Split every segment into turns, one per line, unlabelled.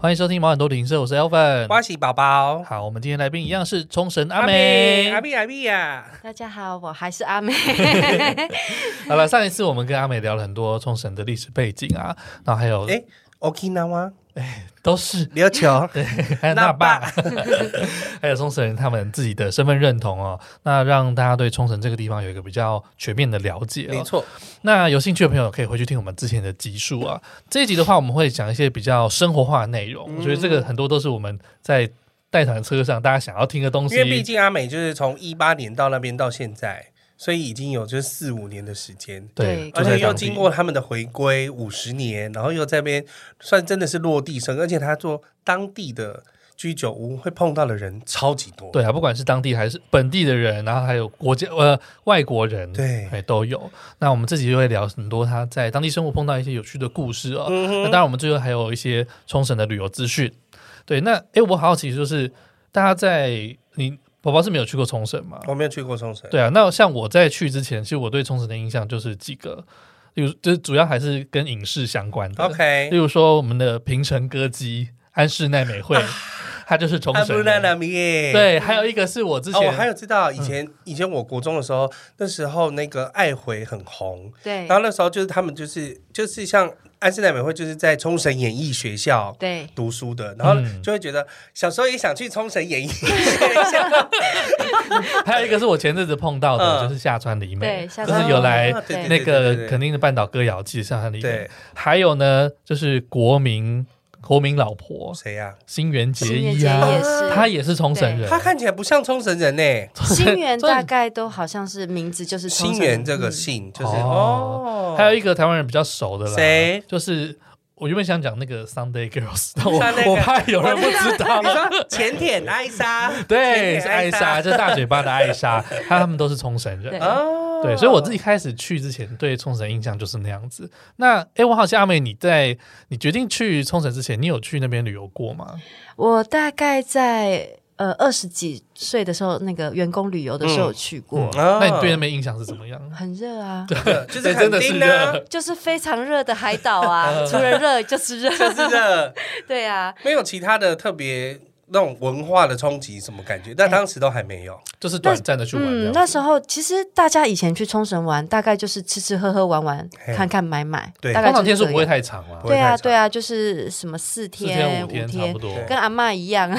欢迎收听毛很多旅行社，我是 Elvin。
花喜宝宝，
好，我们今天来宾一样是冲绳阿
妹
美。
阿妹啊阿妹呀，
大家好，我还是阿美。
好了，上一次我们跟阿美聊了很多冲绳的历史背景啊，然后还有
哎，Okinawa
都是
琉球，
还有
那
那霸， 还有冲绳人他们自己的身份认同哦，那让大家对冲绳这个地方有一个比较全面的了解、哦。
没错，
那有兴趣的朋友可以回去听我们之前的集数啊。这一集的话，我们会讲一些比较生活化的内
嗯
容，我觉得这个很多都是我们在带团车上大家想要听的东
因为毕
西。
竟阿美就是从一八年到那边到现在，所以已经有就是四五年的时间。
对，
对
就
而
在
且又
当地
经过他们的回归五十年，然后又在那边算真的是落地生根，而且他做当地的居酒屋会碰到的人超级多，
对啊，不管是当地还是本地的人，然后还有国家呃外国人，
对
哎都有。那我们自己就会聊很多他在当地生活碰到一些有趣的故事哦。
嗯
那当然，我们最后还有一些冲绳的旅游资讯。对，那哎，我好奇就是大家在你宝宝是没有去过冲绳吗？
我没有去过冲绳，
对啊，那像我在去之前，其实我对冲绳的印象就是几个，例如就是主要还是跟影视相关的。
，OK，
例如说我们的平成歌姬安室奈美惠， 她就是冲
阿布
绳
纳
人。
纳米耶。
对，还有一个是我之
哦，
前，嗯
我还有知道以前、以前我国中的时候，那时候那个爱回很红，
对
然后那时候就是他们就是就是像安室奈美惠就是在冲绳演艺学校
对，
读书的，然后
嗯
就会觉得小时候也想去冲绳演艺学校，
还有一个是我前阵子碰到的，
嗯
就是下川里美，
对
就
下
是
川
有来
哦
啊对对
那
对对
个
对
肯定的半岛歌谣季下川里美
对，
还有呢就是国民国民老婆
谁呀、
新垣结
新垣
衣
结
啊
衣，也是，
她也是冲绳人，
他看起来不像冲绳人呢、
新源
所以
大概都好像是名字就是冲
新
绳
源这个
嗯
姓就是
哦
哦，
还有一个台湾人比较熟的啦，
谁
就是我原本想讲那个 Sunday Girls，但我
Sunday Girl
我怕有人不知道
你。说浅田艾莎，
对，
浅
是
田
艾莎，这大嘴巴的艾 莎，她他们都是冲绳人
对。
哦，
对，所以我自己开始去之前对冲绳印象就是那样子。那哎，诶我好奇阿美，你在你决定去冲绳之前，你有去那边旅游过吗？
我大概在呃二十几岁的时候，那个员工旅游的时候有去过，
哦
那你对那边印象是怎么样？
很热啊，
就是
嗯对真的是
垦丁啊
热，
就是非常热的海岛啊，除了热就是热，
就是 的，
对啊，
没有其他的特别那种文化的冲击什么感觉，但当时都还没有。
就是短暂的去玩这
嗯
样，子。
那时候其实大家以前去冲绳玩，大概就是吃吃喝喝玩玩
嘿，
看看买买，
对
大概
通
就
常
是
天数
这
不会
样。
太长啦
不，会
对
太
啊，
长
对啊，就是什么四
四天
天、
五
五
天差不多。
跟阿嬷一样 啊。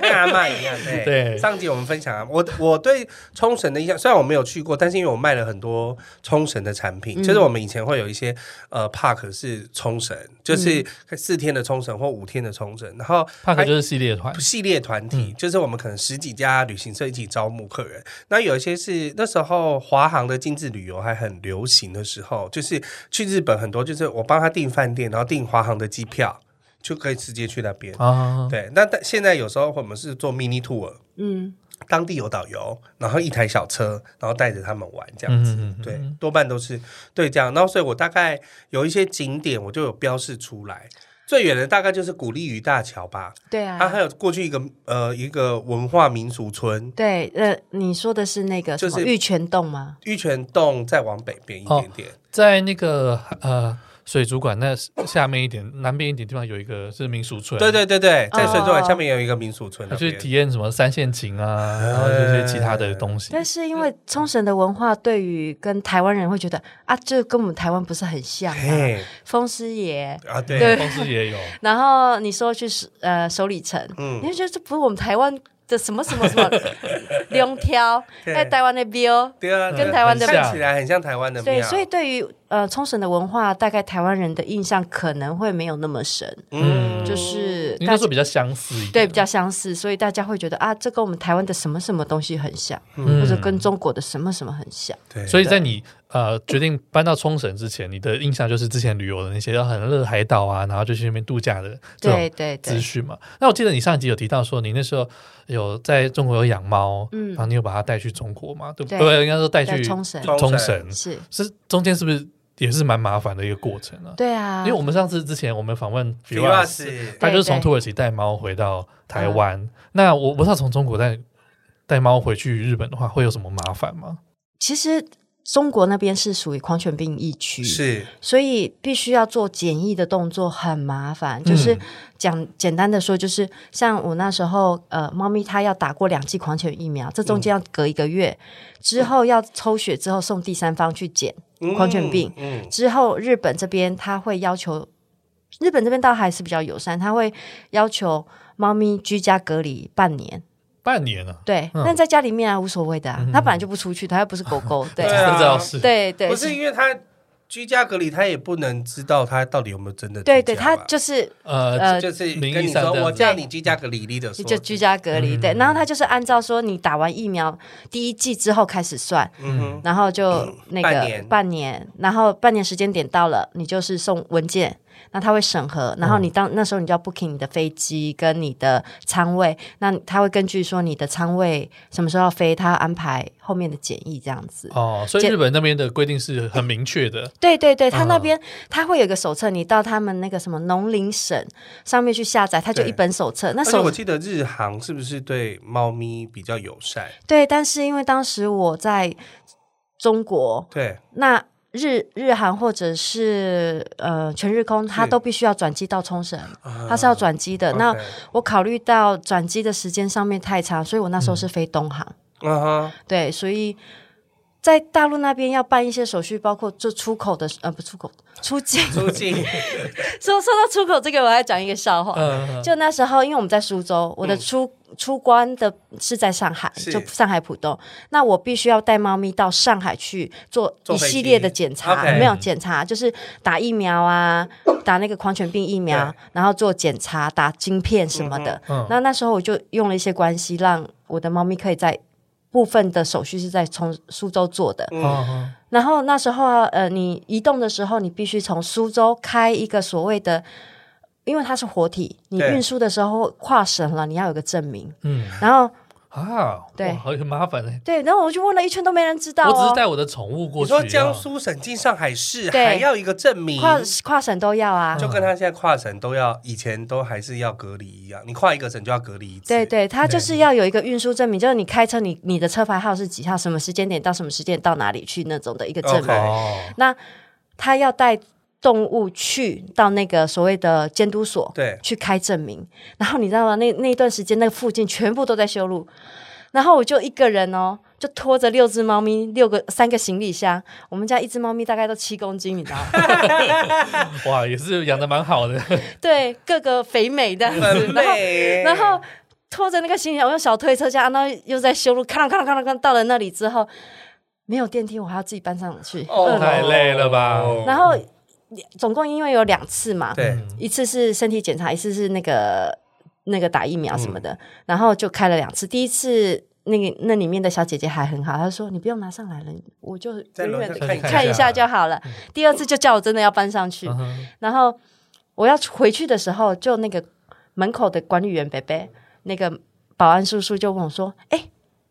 跟阿嬷一样， 对
对
上集我们分享啊，我我对冲绳的印象，虽然我没有去过，但是因为我卖了很多冲绳的产品，
嗯
就是我们以前会有一些呃 park 是冲绳，就是四天的冲绳或五天的冲绳，然后
帕克
还
就是系列团，嗯
系列团体，就是我们可能十几家旅行社一起招募客人。那有一些是那时候华航的精致旅游还很流行的时候，就是去日本很多，就是我帮他订饭店，然后订华航的机票，就可以直接去那边。
啊，
对，那但现在有时候我们是做 mini tour，
嗯，
当地有导游，然后一台小车，然后带着他们玩这样子。
嗯，嗯，
对，多半都是对这样。然后所以我大概有一些景点，我就有标示出来。最远的大概就是古丽屿大桥吧，
对
它
啊
还，有过去一个呃一个文化民俗村，
对，呃，你说的是那个
就
什
是
么玉泉洞吗？
玉泉洞再往北边一
哦
点点，
在那个呃水族馆那下面一点、南边一点地方有一个是民俗村，
对，对对对，在水族馆
哦
下面也有一个民俗村那
去
边，
体验什么三线琴啊，
哎
然后这些其他的东西。
但是因为冲绳的文化对于跟台湾人会觉得啊，这跟我们台湾不是很像啊，
嘿
风师爷，
啊对
对
公司也有，
然后你说去首呃首里城，
嗯
你就觉得这不是我们台湾的什么什么什么龙挑，
对
在哎台湾的 view。
对啊，
跟
对
台湾的
看起来很像台湾的
对，
庙
所以对于呃冲绳的文化，大概台湾人的印象可能会没有那么深，
嗯
就是
应
大
该
家
说比较相似一点。
对比较相似，所以大家会觉得啊，这跟我们台湾的什么什么东西很像，
嗯
或者跟中国的什么什么很像。
对，
所以在你呃决定搬到冲绳之前，你的印象就是之前旅游的那些要很热海岛啊，然后就去那边度假的这种
对对
资
对，
讯嘛。那我记得你上一集有提到说，你那时候呃有在中国有养猫，
嗯
然后你有把它带去中国嘛？对不
对
对？应该说带
在
去
冲绳
冲绳，
是，
是中间是不是也是蛮麻烦的一个过程啊？
对啊，
因为我们上次之前我们访问
比瓦
Firas，
斯
他就是
对
从
对
土耳其带猫回到台湾。那我不知道从中国带带猫回去日本的话，会有什么麻烦吗？
其实中国那边是属于狂犬病疫区，
是
所以必须要做简易的动作，很麻烦。就是
嗯
讲简单的说，就是像我那时候，呃，猫咪它要打过两剂狂犬疫苗，这
嗯
中间要隔一个月，之后要抽血之后送第三方去检，狂犬病，
嗯，嗯
之后日本这边它会要求，日本这边倒还是比较友善，它会要求猫咪居家隔离半年。
半年啊，
对，那、在家里面啊无所谓的
嗯
啊，它本来就不出去，它又不是狗狗，对
对啊
这倒是。
对对，
不是因为他居家隔离，他也不能知道他到底有没有真的
对
居
对，
家
它
吧
就是
呃，
呃
就是
名义
跟你
上
说，
这样
我
子
叫你居家隔离，你的说
就居家隔离，对。
嗯
然后他就是按照说你打完疫苗第一剂之后开始算，
嗯哼，
然后就那个
半年
年然后半年时间点到了，你就是送文件，那他会审核，
嗯
然后你当、那时候你就要 booking 你的飞机跟你的仓位，那他会根据说你的仓位什么时候要飞，他安排后面的检疫这样子。
哦，所以
简
日本那边的规定是很明确的，
对对对，他
嗯
那边、他会有一个手册，你到他们那个什么农林省上面去下载，他就
对
一本手册。那
而且
手
我记得日航是不是对猫咪比较友善？
对，但是因为当时我在中国，
对，
那日日韩或者是呃全日空，它
是
都必须要转机到冲绳，它
他
是要转机的。那
啊嗯 OK
我考虑到转机的时间上面太长，所以我那时候是飞东航，
啊哈，
对，所以。在大陆那边要办一些手续，包括就出口的，呃，不出口，出境。
出境
说说到出口这个，我要讲一个笑话。
嗯，
就那时候，因为我们在苏州，我的出、出关的是在上海，
嗯是
就上海浦东。那我必须要带猫咪到上海去做
坐
一
飞机
系列的检查
OK
没有检查就是打疫 苗啊，打那个狂犬病疫苗
对，
然后做检查、打晶片什么的。
嗯
那那时候我就用了一些关系，让我的猫咪可以在。部分的手续是在从苏州做的，
哦
嗯
哦
然后那时候啊呃，你移动的时候，你必须从苏州开一个所谓的，因为它是活体，你
对
运输的时候跨省了，你要有个证明。
嗯
然后
啊，
对
哇好很麻烦哎，
对，然后我就问了一圈都没人知道、哦，
我只是带我的宠物过
你
去啊，
说江苏省进上海市
对
还要一个证明，
哦跨跨省都要啊。
就跟他现在跨省都要，以前都还是要隔离一样，你跨一个省就要隔离一次。
对对，它就是要有一个运输证明，就是你开车，你你的车牌号是几号，什么时间点到什么时间到哪里去那种的一个证明。
OK
哦，
那他要带动物去到那个所谓的监督所，
对
去开证明。然后你知道吗？那那一段时间，那个附近全部都在修路，然后我就一个人哦，就拖着六只猫咪，六个三个行李箱。我们家一只猫咪大概都七公斤，你知道吗？
哇，也是养的蛮好的，
对，各个肥美这样子，
很
然后
累，
然后拖着那个行李箱，我用小推车架，然后又在修路，咔啷咔啷咔啷咔啷，到了那里之后。没有电梯，我还要自己搬上去。
哦
二楼
太累了吧
然后总共因为有两次嘛，
对
一次是身体检查，一次是那个那个打疫苗什么的，然后就开了两次。第一次那个那里面的小姐姐还很好，她说你不用拿上来了，我就
在
远
楼下
远的
看一下
看一下就好了。第二次就叫我真的要搬上去，
嗯哼
然后我要回去的时候，就那个门口的管理员伯伯，那个保安叔叔就问我说：“哎、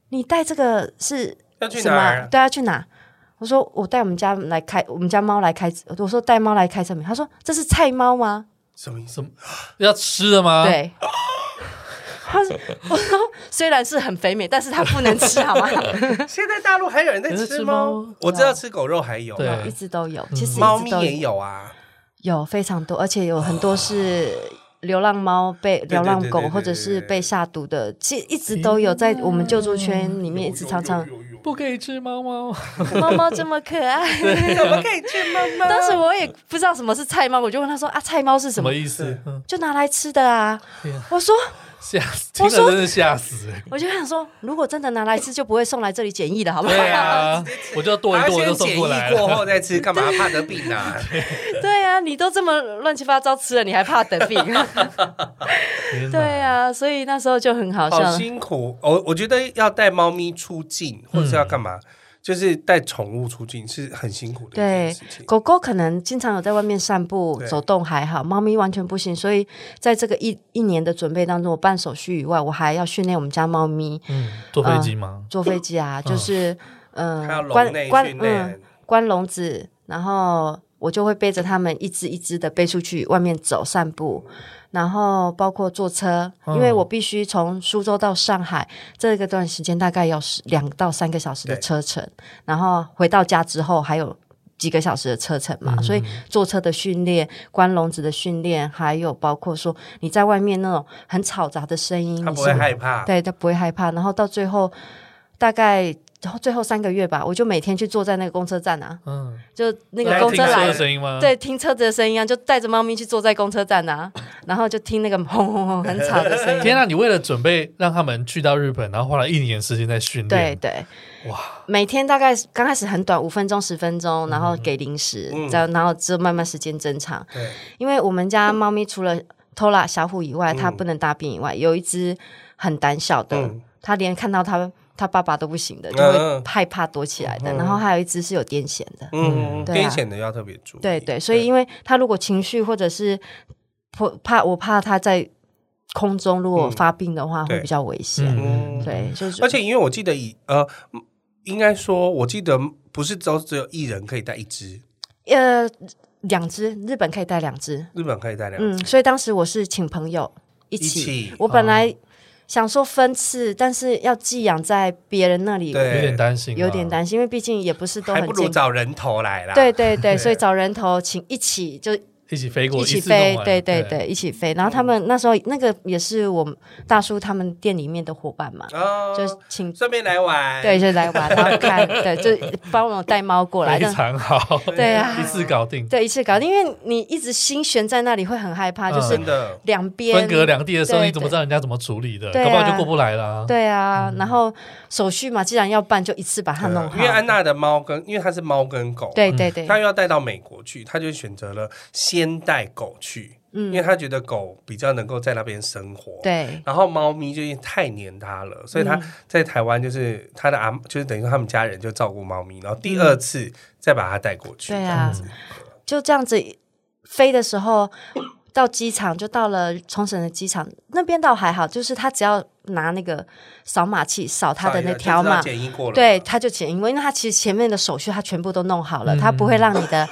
你带这个是
要去
什么
哪
啊？
儿？
对啊，去哪？我说我带我们家来开，我们家猫来开，我说带猫来开证明。他说这是菜猫吗？
什么意思？
什么要吃的吗？，
对。 他说我说 虽然是很肥美，但是它不能吃，好吗？
现在大陆还有人在
有人
吃
吃
猫
猫？
我知道吃狗肉还 有，啊
对嗯
一直都有，其实一直
猫咪
都
也
有
有啊。
有非常多，而且有很多是流浪猫被
对
流浪
对对
狗
对
或者是被下毒的，其实一直
天
都有在我们救助圈里面一
有
直常常
有有有
不可以吃猫猫，
猫猫这么可爱。
有怎么可以吃猫猫？
当时我也不知道什么是菜猫，我就问他说啊，菜猫是
什
什么
么？意思？ 嗯
就拿来吃的啊
天啊！
我说，
吓死，听了
说
真是吓 死，哎
我就想说，如果真的拿来吃，就不会送来这里检疫的，好不好？
对啊，我就 剁一
他
剁就
先
送
检
过来
疫过
了，
后再吃，干嘛怕得病啊？
对啊，你都这么乱七八糟吃了，你还怕得 病？
天哪
对啊，所以那时候就很好笑嗯
好。辛苦。我我觉得要带猫咪出境或者是要干嘛，就是带宠物出境是很辛苦的一件
对
事情。
狗狗可能经常有在外面散步
对
走动还好，猫咪完全不行。所以在这个一一年的准备当中，我办手续以外，我还要训练我们家猫咪
嗯，坐飞机吗？
坐飞机啊，就是嗯、
还有笼
关
内
关
训
嗯
练，
关笼子，然后我就会背着它们一只一只的背出去外面走散步，然后包括坐车，
嗯
因为我必须从苏州到上海这个段时间大概要十两到三个小时的
对
车程，然后回到家之后还有。几个小时的车程嘛，
嗯
所以坐车的训练、关笼子的训练，还有包括说你在外面那种很吵杂的声音，
它
你
不
是
会害怕。
嗯对，他不会害怕。然后到最后，大概最后三个月吧，我就每天去坐在那个公车站啊，
嗯，
就那
大家
个公
听
车
车
来
的
了，
声音吗？
对，听车子的声音啊，就带着猫咪去坐在公车站啊，然后就听那个轰轰轰很吵的声音。
天啊！你为了准备让他们去到日本，然后花了一年时间在训
对
练，
对，
哇，
每天大概刚开始很短，五分钟、十分钟，然后给零食，
嗯
再然后之后慢慢时间增长。
对，
因为我们家猫咪除了偷拉小虎以外，它
嗯
不能大便以外，有一只很胆小的，
嗯
它连看到它它爸爸都不行的，就
嗯
会害怕躲起来的。
嗯
然后还有一只是有癫痫的，
嗯，
对
癫
啊
痫的要特别注意。
对对，所以因为它如果情绪或者是怕怕我怕它在空中如果
嗯
发病的话，
对
会比较危险。
嗯
嗯，
对，就是
而且因为我记得以呃，应该说我记得不是都只有一人可以带一只，
呃，两只日本可以带两只，
日本可以带两只，
嗯，所以当时我是请朋友一
一
起，
起
我本来想说分次，但是要寄养在别人那里，
对
有点担心啊，
有点担心，因为毕竟也不是都
还
很
不如
健康。
找人头来啦。
对对对，所以找人头请一起就
一起飞过，
一起
次弄
飞，
完
对对，对，一起飞。然后他们那时候那个也是我们大叔他们店里面的伙伴嘛，
哦，哎
就请
顺便来玩。
对就来玩，然后看对，就帮我带猫过来，
非
让
常好，
对 啊
一次搞定，
对一次搞定，因为你一直心悬在那里会很害怕，
嗯
就是
真的，
两边
分隔两地的时候，
对
你怎么知道人家怎么处理的？
对啊
搞不好就过不来了。
对啊，然后手续嘛，既然要办，就一次把它弄好。
嗯啊因为安娜的猫跟因为它是猫跟狗，
对对对，
她又要带到美国去，她就选择了先带狗去，因为
嗯，
她觉得狗比较能够在那边生活。。
对，
然后猫咪就因为太黏它了，所以它
嗯
在台湾就是它的阿，就是等于说他们家人就照顾猫咪，然后第二次再把它带过去。
嗯对
这
啊
样子，
就这样子飞的时候，到机场就到了冲绳的机场，那边倒还好，就是他只要拿那个扫码器扫他的那条
嘛，
码。
检疫过了，
对，，他就前，因为他其实前面的手续他全部都弄好
嗯
了，他不会让你的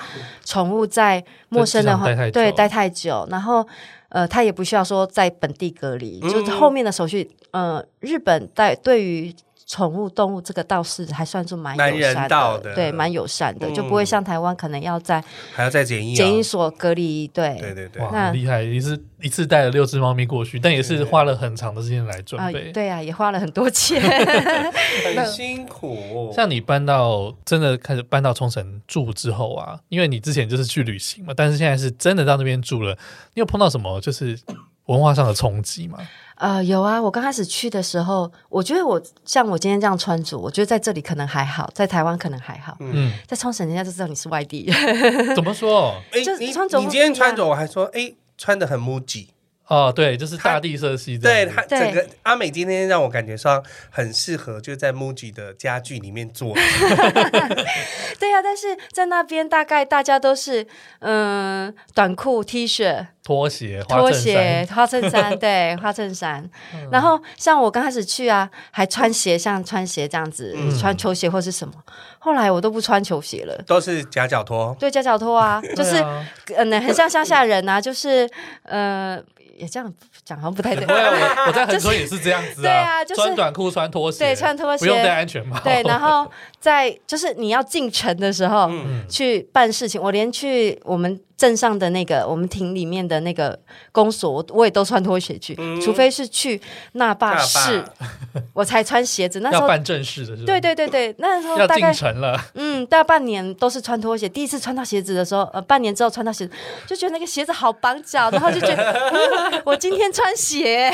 宠物在陌生的
在机场待太久
对待太久，然后呃，他也不需要说在本地隔离，
嗯
就是后面的手续，呃，日本在对于宠物动物这个倒是还算是蛮
蛮
友
人
善
道
的，
的
对，蛮友善的，就不会
嗯
像台湾可能要在
还要再检疫、啊，
检疫所隔离，对，
对对对，
哇，
那
很厉害！一次一次带了六只猫咪过去，但也是花了很长的时间来准
啊、
备。
对啊，也花了很多钱。
很辛苦。哦
像你搬到真的开始搬到冲绳住之后啊，因为你之前就是去旅行嘛，但是现在是真的到那边住了，你有碰到什么就是文化上的冲击吗？
呃，有啊，我刚开始去的时候，我觉得我像我今天这样穿着，我觉得在这里可能还好，在台湾可能还好，
嗯，
在冲绳人家就知道你是外地人。
怎么 说？
哎、
就是
你
穿着
你
不
今天
一样
穿着，我还说，哎、穿的很 MUJI，
哦，对，就是大地色系这
对
样子。
他
对
整个阿美今天让我感觉上很适合，就在 MUJI 的家具里面做，
对啊，但是在那边大概大家都是嗯、短裤、T 恤、
拖鞋、花
拖
衬衫嗯
鞋、花衬衫， 对，花衬衫。然后像我刚开始去啊，还穿鞋，像穿鞋这样子，
嗯
穿球鞋或是什么。后来我都不穿球鞋了。
都是夹脚 拖。
对夹脚 拖啊，就是
对啊
可能很像乡下人啊，就是呃，也这样讲好像不哎太对
不。会啊， 我我在横村也是这样子
对啊就是
穿短裤、穿拖鞋，
对穿拖鞋
不用戴安全帽。
对， 然后在就是你要进城的时候、
嗯
去办事情，我连去我们镇上的那个我们亭里面的那个公所，我我也都穿拖鞋去，
嗯
除非是去那霸市，我才穿鞋子。那时
要
候，
办正式的是吧？
对对对对，那时候
要
大
进
概
城了，
嗯大半年都是穿拖鞋，第一次穿到鞋子的时候，呃，半年之后穿到鞋子，就觉得那个鞋子好绑脚，然后就觉得、 嗯我今天穿鞋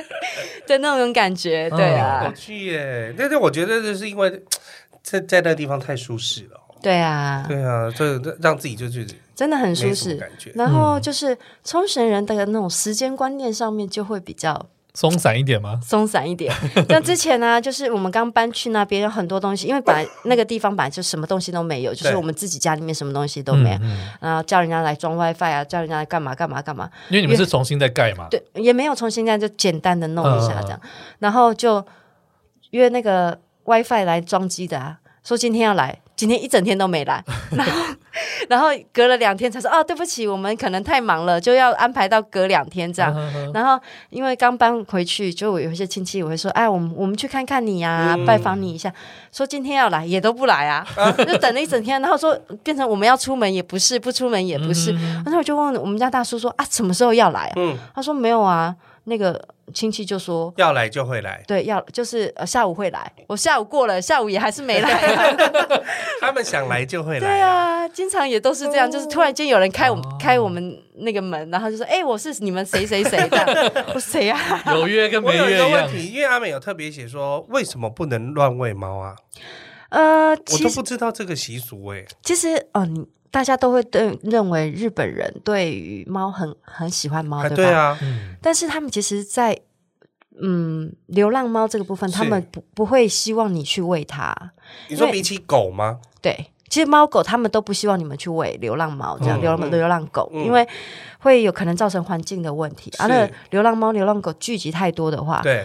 的那种感觉，对啊。
嗯
有趣耶！但是我觉得这是因为在在那个地方太舒适了。哦
对啊，
对啊，这这让自己就是
真的很
没
舒
什么
适。
嗯
感觉。
然后就是冲绳人的那种时间观念上面就会比较
松散一点吗？
松散一点。那之前呢、就是我们刚搬去那边，有很多东西，因为本来那个地方本来就什么东西都没有，就是
对
我们自己家里面什么东西都没有，
嗯嗯
然后叫人家来装 WiFi 啊，叫人家来干嘛干嘛干嘛，
因为你们是重新再盖嘛。
对，也没有从现在就简单的弄一下
嗯
这样，然后就约那个 WiFi 来装机的啊，说今天要来，今天一整天都没 来，然后然后隔了两天才说啊，对不起，我们可能太忙了，就要安排到隔两天这样。
嗯嗯嗯
然后因为刚搬回去，就有一些亲戚我会说，哎，我们我们去看看你呀、啊
嗯
拜访你一下。说今天要来也都不 来啊，就等了一整天，然后说变成我们要出门也不是，不出门也不
嗯
是。然后我就问我们家大叔说啊，什么时候要来啊、
嗯，
他说没有啊，那个亲戚就说。
要来就会来，
对，要就是呃下午会来，我下午过了，下午也还是没来。
他们想来就会来。
对啊，经常也都是这样，就是突然间有人开我们、开我们那个门，然后就说：“哎、我是你们谁谁谁 的，我说谁啊？”
有约跟
我
没
有一
约
个
一样
问。题，因为阿美有特别写说，为什么不能乱喂猫啊？
呃，
我
其
都
实
不知道这个习俗哎、
其实嗯、你大家都会对认为日本人对于猫很很喜欢猫，
啊，
哦吧？
对啊，
嗯
但是他们其实在，嗯流浪猫这个部分，
是
他们不不会希望你去喂它。
你说
因为
比起狗吗？
对，其实猫狗他们都不希望你们去喂流浪猫，这
嗯
样、流
嗯
浪流浪狗，
嗯
因为会有可能造成环境的问题。啊，
是
那流浪猫、流浪狗聚集太多的话，
对，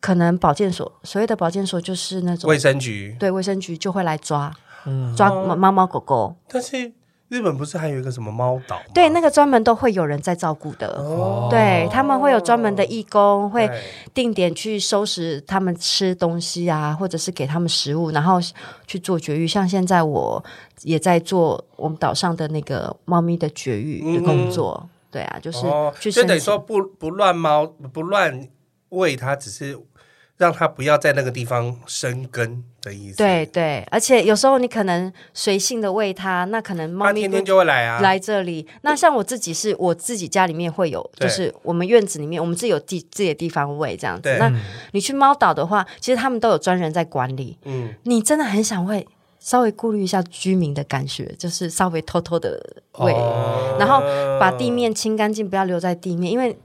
可能保健所所谓的保健所就是那种
卫生局。
对卫生局就会来抓
嗯，
抓
哦
猫猫猫狗狗。
但是日本不是还有一个什么猫岛吗？
对，那个专门都会有人在照顾的。
哦，
对他们会有专门的义工，会
对
定点去收拾他们吃东西啊，或者是给他们食物，然后去做绝育。像现在我也在做我们岛上的那个猫咪的绝育的工作。对啊，就是
嗯哦，
去申请、
就等于说不不乱猫不乱喂它，只是让它不要在那个地方生根的意思。
对，对，而且有时候你可能随性的喂它，那可能猫
它
咪
天
就
天就会来啊。
来这里。那像我自己是我自己家里面会有，
对
就是我们院子里面我们自己有地自己的地方喂这样子
对。
那你去猫岛的话，其实他们都有专人在管理。
嗯，
你真的很想喂，稍微顾虑一下居民的感觉，就是稍微偷偷的喂，
哦
然后把地面清干净，不要留在地面，因为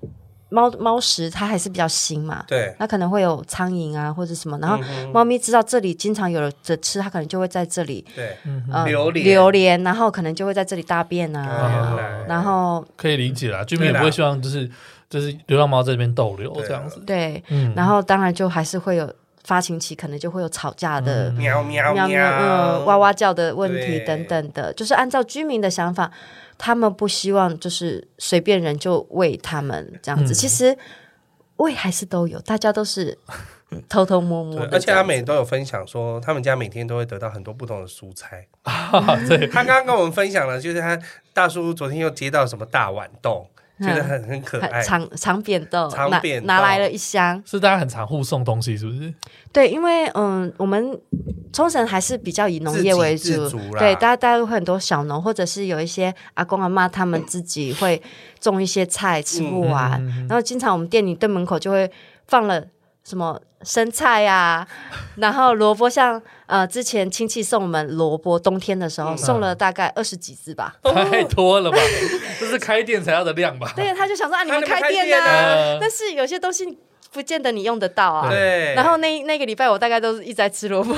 猫猫食它还是比较新嘛。
对，
它可能会有苍蝇啊，或者什么，然后
嗯哼
猫咪知道这里经常有的吃，它可能就会在这里
对，
呃
嗯榴莲哦哎
榴莲，然后可能就会在这里大便啊，
榴莲
然后
可以理解啦，居民也
对啦
不会希望就是就是流浪猫在这边逗留
对啊
这样子。
对，
嗯，
然后当然就还是会有发情期，可能就会有吵架的、
喵喵
喵喵嗯哇哇叫的问题
对
等等的，就是按照居民的想法，他们不希望就是随便人就喂他们这样子。
嗯
其实喂还是都有，大家都 是嗯偷偷摸摸
对，
的
而且
这
阿
样子，
美都有分享说，他们家每天都会得到很多不同的蔬 菜。
啊
对，
他刚刚跟我们分享了，就是他大叔昨天又接到什么大豌豆，觉
嗯
得很很可爱
还。长长扁豆
长
拿
哎扁豆
拿来了一箱，
是大家很常互送东西，是不是？
对，因为嗯，我们冲绳还是比较以农业为
自给
主，
自足啦
对，大家大家会很多小农，或者是有一些阿公阿妈他们自己会种一些菜吃不完，
嗯嗯嗯嗯
然后经常我们店里对门口就会放了。什么生菜呀、然后萝卜像呃，之前亲戚送我们萝卜，冬天的时
嗯
候、送了大概二十几 只吧。
太多了吧？这是开店才要的量吧？
哦对，他就想说啊，你
啊
们
你们
开
开
店
店
呐、
啊
但是有些东西不见得你用得到啊。
对，
然后那那个礼拜我大概都是一直在吃萝卜，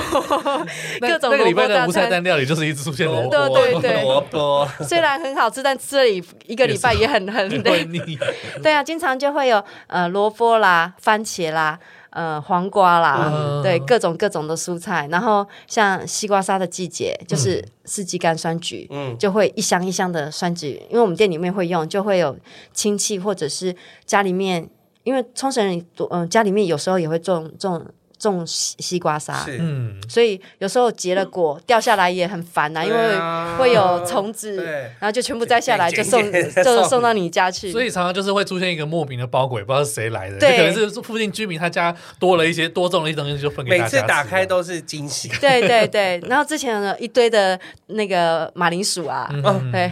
那，
各种
那个礼
萝
拜
卜
的
大
无菜
餐。
单料理就是一直出现萝卜，
对对对
萝卜，
虽然很好吃，但吃了一一个礼拜也很 很
会
累。
腻。
对啊，经常就会有呃萝卜啦、番茄啦、呃黄瓜啦，
嗯
对各种各种的蔬菜。然后像西瓜沙的季节，就是四季甘酸橘，
嗯，
就会一箱一箱的酸橘，因为我们店里面会用，就会有亲戚或者是家里面，因为冲绳人多，嗯、家里面有时候也会种种种西西瓜沙，
是，
嗯，
所以有时候结了果掉下来也很烦呐、啊因为会有虫子，
啊对
然后就全部摘下来就送
捡捡捡
就送到你家去。
所以常常就是会出现一个莫名的包裹，也不知道是谁来的，
对
就可能是附近居民他家多了一些多种了一些东西，就分给
每
大家
次
吃
打开都是惊喜。
对对对，然后之前呢一堆的那个马铃薯啊，
嗯
对，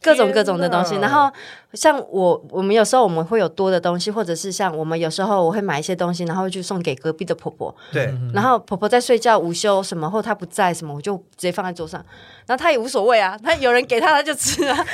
各种各种的东西，
天哪
然后像我，我们有时候我们会有多的东西，或者是像我们有时候我会买一些东西，然后去送给隔壁的婆婆，
对，
然后婆婆在睡觉、午休什么，或她不在什么，我就直接放在桌上，然后她也无所谓啊，她有人给她她就吃啊，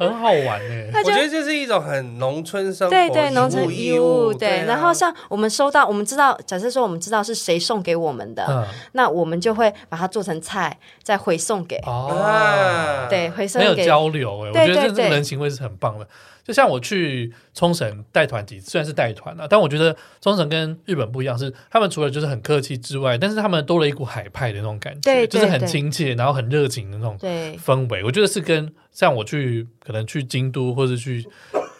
很好玩哎、
她
我
就
觉得这是一种很农村生活，
对对，农村
衣
衣物
对
对
啊。
然后像我们收到，我们知道，假设说我们知道是谁送给我们的，
嗯，
那我们就会把它做成菜，再回送给，
哦，
啊，
对，回送
很有
给。
交流哎、
对
我觉得这
对
这个
对
人情味是很棒的。就像我去冲绳带团几次，虽然是带团了、啊但我觉得冲绳跟日本不一样，是他们除了就是很客气之外，但是他们多了一股海派的那种感觉，
对对
就是很
对
亲切，然后很热情的那种
对
氛围，我觉得是跟像我去可能去京都或者去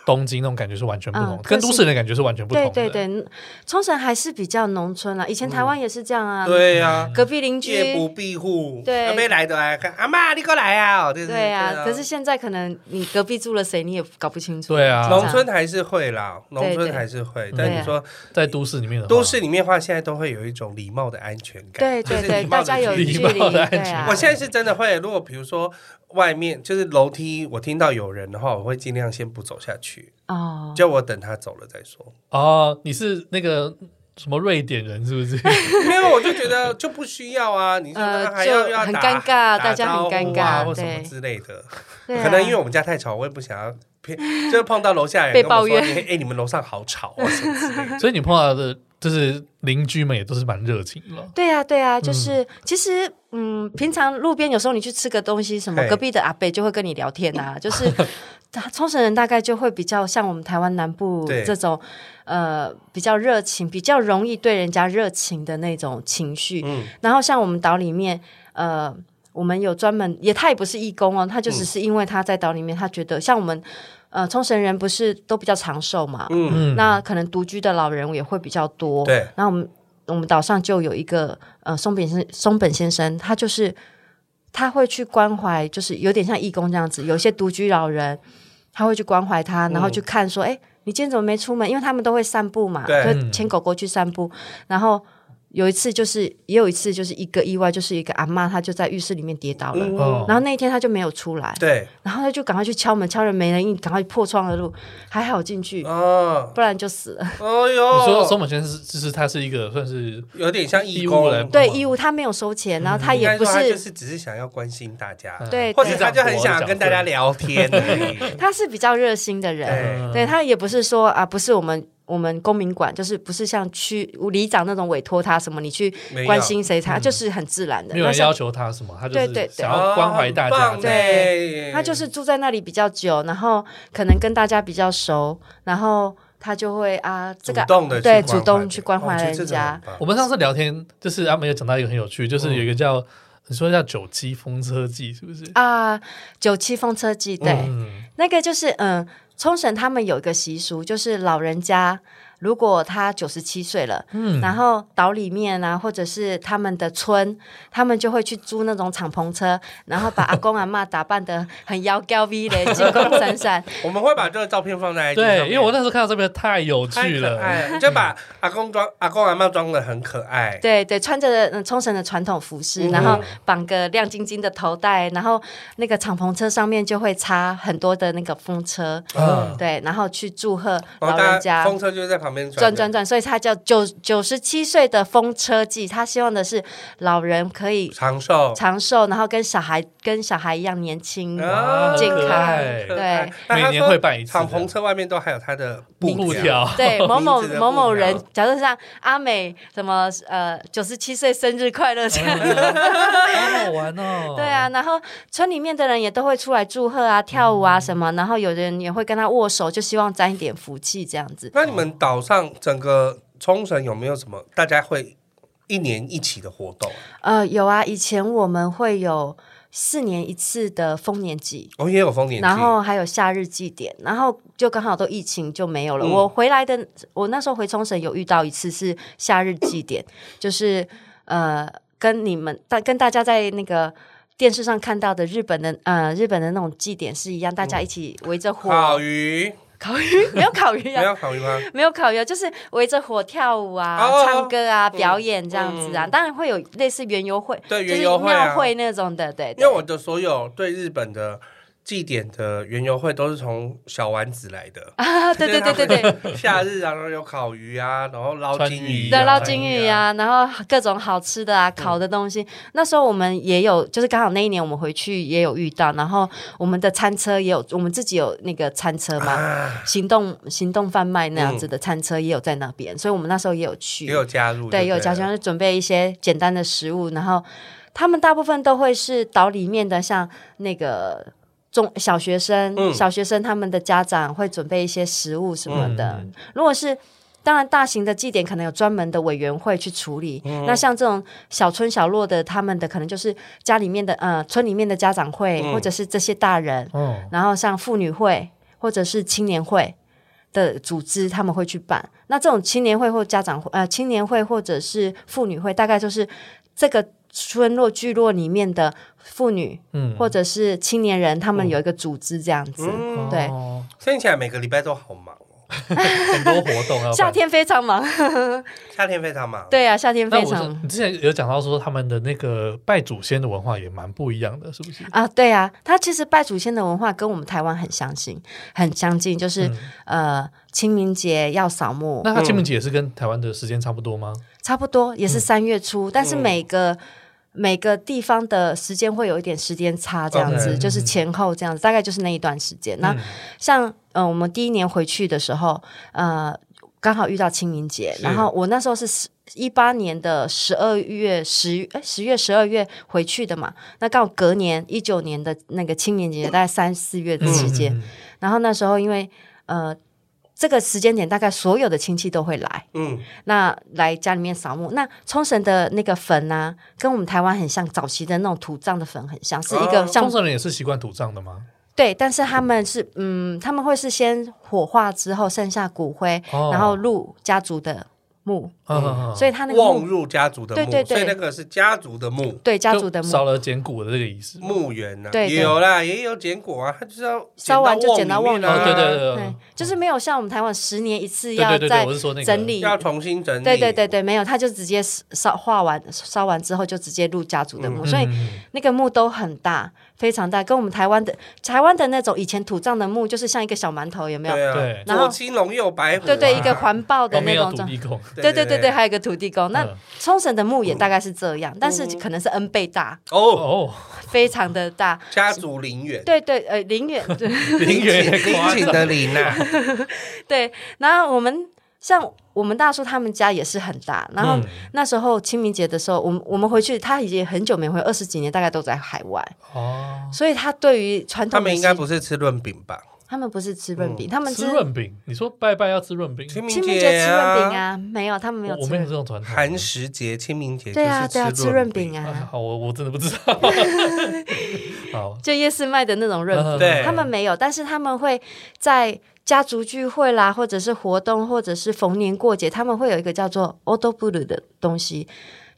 东京那种感觉是完全不同，
嗯
跟都市人的感觉是完全不同
对
的。
对对，冲绳还是比较农村啦、以前台湾也是这样啊，
对呀，
隔壁邻
夜不
居。
闭户，
对
要被来的来看，阿妈你过来啊，对
对啊，可是现在可能你隔壁住了谁，你也搞不清楚。
对啊
农村嗯还是会啦，农
对
村
对
还是会，
对
但你说
在都市里面的话
都市里面的话，现在都会有一种礼貌的安全感，
对
就
对
是
对，
礼貌
大
的
家有
距离
距离，
礼貌的
对
安全
啊。
我现在是真的会，如果比如说外面就是楼梯，我听到有人的话，我会尽量先不走下去，
哦，
叫我等他走了再说。
哦，你是那个什么瑞典人是不是？
没有，我就觉得就不需要啊，你说
呃
他还要
就
要
很
打
尴尬
打
大家很
招呼
尴
啊
尬
或什么
对
之类的。
对啊
可能因为我们家太吵，我也不想要偏，就是碰到楼下人
被
跟我
抱
说
怨
哎、哎你们楼上好吵啊什么之类的。
所以你碰到的就是邻居们也都是蛮热情的咯。
对呀、对
嗯
呀、就是、其实，嗯，平常路边有时候你去吃个东西，什么
嘿
隔壁的阿伯就会跟你聊天呐、 就是冲绳人大概就会比较像我们台湾南部
对
这种，呃，比较热情，比较容易对人家热情的那种情绪。
嗯
然后像我们岛里面，呃。我们有专门，也他也不是义工哦，他
嗯
就只是因为他在岛里面，他觉得像我们，呃，冲绳人不是都比较长寿嘛，
嗯，
嗯，
那可能独居的老人也会比较多。
对，
那我们我们岛上就有一个呃松本先松本先生，他就是他会去关怀，就是有点像义工这样子，有一些独居老人，他会去关怀
嗯
他，然后去看说，哎、你今天怎么没出门？因为他们都会散步嘛，
对
就牵狗狗去散步，然后。有一次就是，也有一次就是一个意外，就是一个阿妈，她就在浴室里面跌倒
嗯
了，
哦
然后那一天她就没有出来，
对，
然后她就赶快去敲门，敲人没人应，赶快破窗而入，还好进去，
哦，
不然就死了。
哦
你说
哟，
松本先生是就是他是一个算是
有点像义
义务
工
人
对，义务他没有收钱，然后他
嗯应该
也不，
说他就是是只是想要关心大家，
对
或者他就很
里呃长
想
伯
跟大家聊天而已。
他是比较热心的人，
嗯
对，
对他也不是说啊，不是我们我们公民馆，就是不是像区里长那种委托他什么，你去
没有
关心谁，他就是很自然的。
嗯没有
那
人
像
要求他什么，他就
对对
是
对
想要关怀大
哦
家这样。
哎对
他就是住在那里比较久，然后可能跟大家比较熟，然后他就会啊，这
主
个
动的
对主动去关怀人。
哦
家
我觉得这种很
我
棒
们上次聊天就是阿美有讲到一个很有趣，
嗯
就是有一个叫你说叫九七风车记是不是？
啊，九七风车季对。
嗯，
那个就是嗯，冲绳他们有一个习俗，就是老人家如果他九十七岁了，嗯，然后岛里面啊，或者是他们的村，他们就会去租那种敞篷车，然后把阿公阿嬷打扮的很妖娇 V 的，金光闪闪，
我们会把这个照片放在 IG 上
对，
面
因为我那时候看到这边太有趣
太可
了，
爱了就把阿公装阿公阿妈装的很可爱。
对对，穿着嗯冲绳的传统服饰，然后绑个亮晶晶的头带，然后那个敞篷车上面就会插很多的那个风车，
嗯
对，然后去祝贺
然
老
后哦
人
大
家
家。风车就是在旁边
转
转
转转，所以他叫九九十七岁的风车季，他希望的是老人可以
长寿。
长寿，然后跟小孩跟小孩一样年轻。
啊
健
可
康
爱
对
可爱那他
每年
说
会办一次的
敞篷车外面都还有它的
布
条，
条，
对某某
名字的
某某人
不一，
假设像阿美什么呃九十七岁生日快乐这 样，
哎
好好玩哦。
对啊，，然后村里面的人也都会出来祝贺啊、跳舞
嗯
啊什么，然后有人也会跟他握手，就希望沾一点福气这样子。
那你们岛上整个冲绳有没有什么大家会一年一起的活动？
呃，有啊，以前我们会有四年一次的丰年祭，
哦，也有丰年祭，
然后还有夏日祭典，然后就刚好都疫情就没有了。
嗯
我回来的，我那时候回冲绳有遇到一次是夏日祭典，就是呃跟你们大跟大家在那个。电视上看到的日本的呃日本的那种祭典是一样，大家一起围着
嗯
火、
烤鱼，
烤鱼，没有烤鱼
没
啊，
有烤鱼吗？
没有烤鱼啊，就是围着火跳舞啊、
哦
唱歌啊、表演这样子啊。
嗯
当然会有类似园游会，
对
就
园
是
游会啊
庙会那种的，对。对
因为我的所有对日本的祭典的园游会都是从小丸子来的。
啊，对对对对对，
对， 夏日啊，然后有烤鱼啊，然后捞
川
金
鱼
鱼
对
啊，
对，捞
川
金鱼啊，然后各种好吃的啊，烤的东西。那时候我们也有，就是刚好那一年我们回去也有遇到，然后我们的餐车也有，我们自己有那个餐车嘛，
啊，嗯
行动行动贩卖那样子的餐车也有在那边，所以我们那时候也有去，
也有加入，
对，
对，
也有家乡，就准备一些简单的食物，然后他们大部分都会是岛里面的，像那个中小学生、
嗯
小学生他们的家长会准备一些食物什
嗯
么
嗯
的。如果是当然，大型的祭典可能有专门的委员会去处理。
嗯
那像这种小村小落的，他们的可能就是家里面的呃村里面的家长会，
嗯
或者是这些大人，
哦，
然后像妇女会或者是青年会的组织，他们会去办。那这种青年会或家长会，呃，青年会或者是妇女会，大概就是这个村落聚落里面的妇女
嗯，
或者是青年人，他们有一个组织这样子。
嗯，
对
哦
所以听起来每个礼拜都好忙哦，
很多活动要办
夏。天非常忙，
夏天非常忙，
对啊，夏天
那
非
我
常
是你之前有讲到说他们的那个拜祖先的文化也蛮不一样的，是不是？
啊，对啊，他其实拜祖先的文化跟我们台湾很相近，很相近，就是、呃，清明节要扫墓，
那他
嗯
清明节也是跟台湾的时间差不多吗？
差不多也是三月初，但是每个、每个地方的时间会有一点时间差，这样子
OK
就是前后这样子，大概就是那一段时间。那、
嗯
像呃，我们第一年回去的时候，呃，刚好遇到清明节，
是
然后我那时候是十一八年的十二月十哎十月十二月回去的嘛，那刚好隔年一九年的那个清明节，大概三四月的期间，
嗯嗯
然后那时候因为呃。这个时间点，大概所有的亲戚都会来，
嗯，
那来家里面扫墓。那冲绳的那个坟啊，跟我们台湾很像，早期的那种土葬的坟很像，是一个
哦
嗯
像、
冲绳人也是习惯土葬的吗？
对，但是他们是嗯，他们会是先火化之后剩下骨灰，
哦
然后入家族的墓，
嗯嗯嗯，
所以他那个
望
墓
入家族的
对
墓，
对对
所以那个是家族的墓。
对家族的
就
墓。
少了捡骨的这个仪式。
墓园呐、啊，
对对
也有啦，也有捡果啊，他就是要
烧完就捡到
瓮
瓮
里
里
面啊
哦，对对对
对，就是没有像我们台湾十年一次
对
要
对对对，
再
我是说那个
整理，
要重新整理。
对对对对，没有，他就直接烧化完烧完之后就直接入家族的墓，所以
嗯
那个墓都很大，非常大，跟我们台湾的台湾的那种以前土葬的墓，就是像一个小馒头，有没有？
对啊，
对
然后
左青龙右白虎、啊，
对对，一个环抱的
旁
那
边有
种
土
状。
地公，
对对对对，还有一个土地公。那
嗯
冲绳的墓也大概是这样，但是可能是 N 倍大，
哦，
哦，
非常的大。
家族陵园，
对对，呃，陵园对
陵园也夸
陵
张
寝的陵呐、
啊对。然后我们像我们大叔他们家也是很大，然后
嗯
那时候清明节的时候，我们我们回去，他已经很久没回，二十几年大概都在海外，
哦，
所以他对于传
他
统
们
美
应该
食，
不是吃润饼吧？
他们不是吃润饼，他们
吃
吃
润饼，你说拜拜要吃润饼，
清明
清明
节
节吃润饼，啊，没有，他们没有
我我
吃
们有
润。
这种传统。
寒食节、清明节
对啊，对啊，
就是
吃润
润
饼。啊，
好，我我真的不知 道。好，
就夜市卖的那种润饼，
对
他们没有，但是他们会在家族聚会啦，或者是活动，或者是逢年过节，他们会有一个叫做 o d o b u r u 的东西，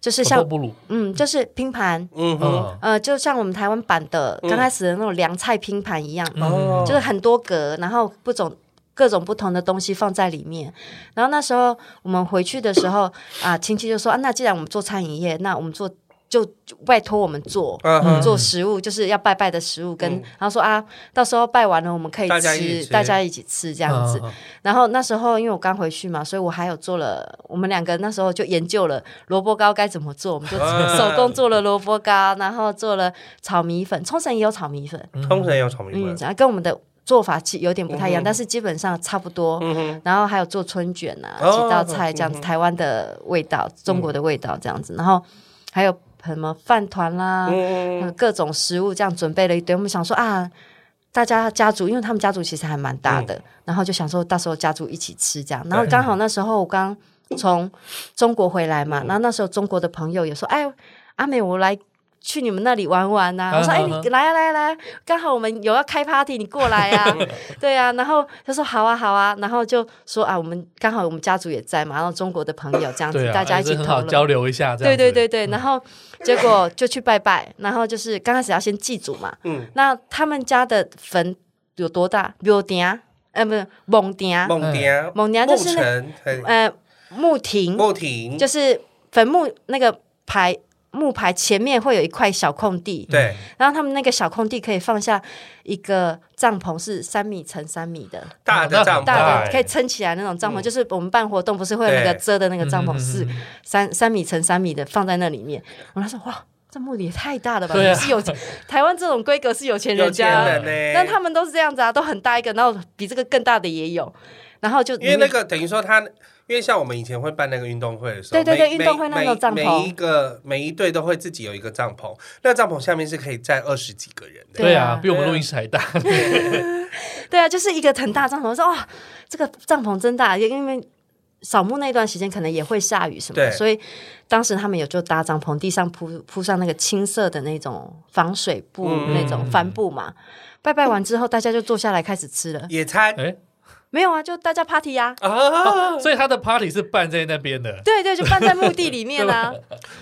就是
小
像
布鲁，
嗯，就是拼盘，
嗯哼，
嗯，
呃，就像我们台湾版的刚开始的那种凉菜拼盘一样，
嗯
哦
就是很多格，然后不种各种不同的东西放在里面。然后那时候我们回去的时候啊，亲戚就说啊，那既然我们做餐饮业，那我们做就就拜托我们做。
嗯哼，
做食物就是要拜拜的食物，跟、
嗯
然后说啊，到时候拜完了我们可以
大家一起
吃，
吃
大家一起吃这
这
样子。
嗯
然后那时候因为我刚回去嘛，所以我还有做了，我们两个那时候就研究了萝卜糕该怎么做，我们就
啊
手工做了萝卜糕，然后做了炒米粉，冲绳也有炒米粉，
冲绳有炒米
嗯
粉，，
然后跟我们的做法其有点不太一样，
嗯哼
但是基本上差不多。
嗯哼，
然后还有做春卷啊，
哦
几道菜这样子，
嗯哼嗯
台湾的味道，中国的味道这样子，然后还有什么饭团啦，
嗯
嗯，各种食物这样准备了一堆。我们想说啊，大家家族，因为他们家族其实还蛮大
嗯
的，然后就想说到时候家族一起吃这样。然后刚好那时候我刚从中国回来
嗯
嘛，然后那时候中国的朋友也说，哎，阿美，我来。去你们那里玩玩呐、
嗯
我说：“哎、
嗯嗯
你来啊来啊来啊，刚好我们有要开 party，你过来 呀、啊。”对啊，然后他说：“好啊好啊。”然后就说：“啊，我们刚好我们家族也在嘛，然后中国的朋友这样子，
对啊，
大家一起
也是很
讨
好
论。”
交流一下，这样子嗯
对对对对，然后结果就去拜拜，然后就是刚开始要先祭祖嘛。
嗯
那他们家的坟有多大？庙埕，呃，不是蒙
嗯，
埕，
梦蝶、
蒙埕就
梦
是那嗯
城、
呃墓亭，
梦亭，
就是坟墓那个牌木牌前面会有一块小空地，
嗯
对，
然后他们那个小空地可以放下一个帐篷，是三米乘三米的
大
那
的
很
帐
大
篷，
哦哎
的，可以撑起来那种帐篷，
嗯
就是我们办活动不是会有那个
对
遮的那个帐
嗯嗯
篷
嗯
是
嗯
三三米乘三米的放在那里面。然后他说哇，这木里也太大了吧？
对啊
你是有台湾这种规格是有钱
有
人
钱
家，
人呢，
但他们都是这样子啊，都很大一个，然后比这个更大的也有，然后就
因为那个等于说他，因为像我们以前会办那个运动会的时候，
对对对
每
运动会
每
那种帐
每
篷
每一个每一队都会自己有一个帐篷，那帐篷下面是可以站二十几个人的。
对
对
啊，
啊
比我们录音室还大。
对啊，就是一个很大帐篷，我说哇，这个帐篷真大，因为扫墓那段时间可能也会下雨什么的，
对
所以当时他们有就搭帐篷，地上铺铺上那个青色的那种防水布、
嗯
那种帆布嘛。拜拜完之后，大家就坐下来开始吃了。
野餐
哎
没有啊，就大家 party 呀、
啊，
所以他的 party 是办在那边的，
对对，就办在墓地里 面啊。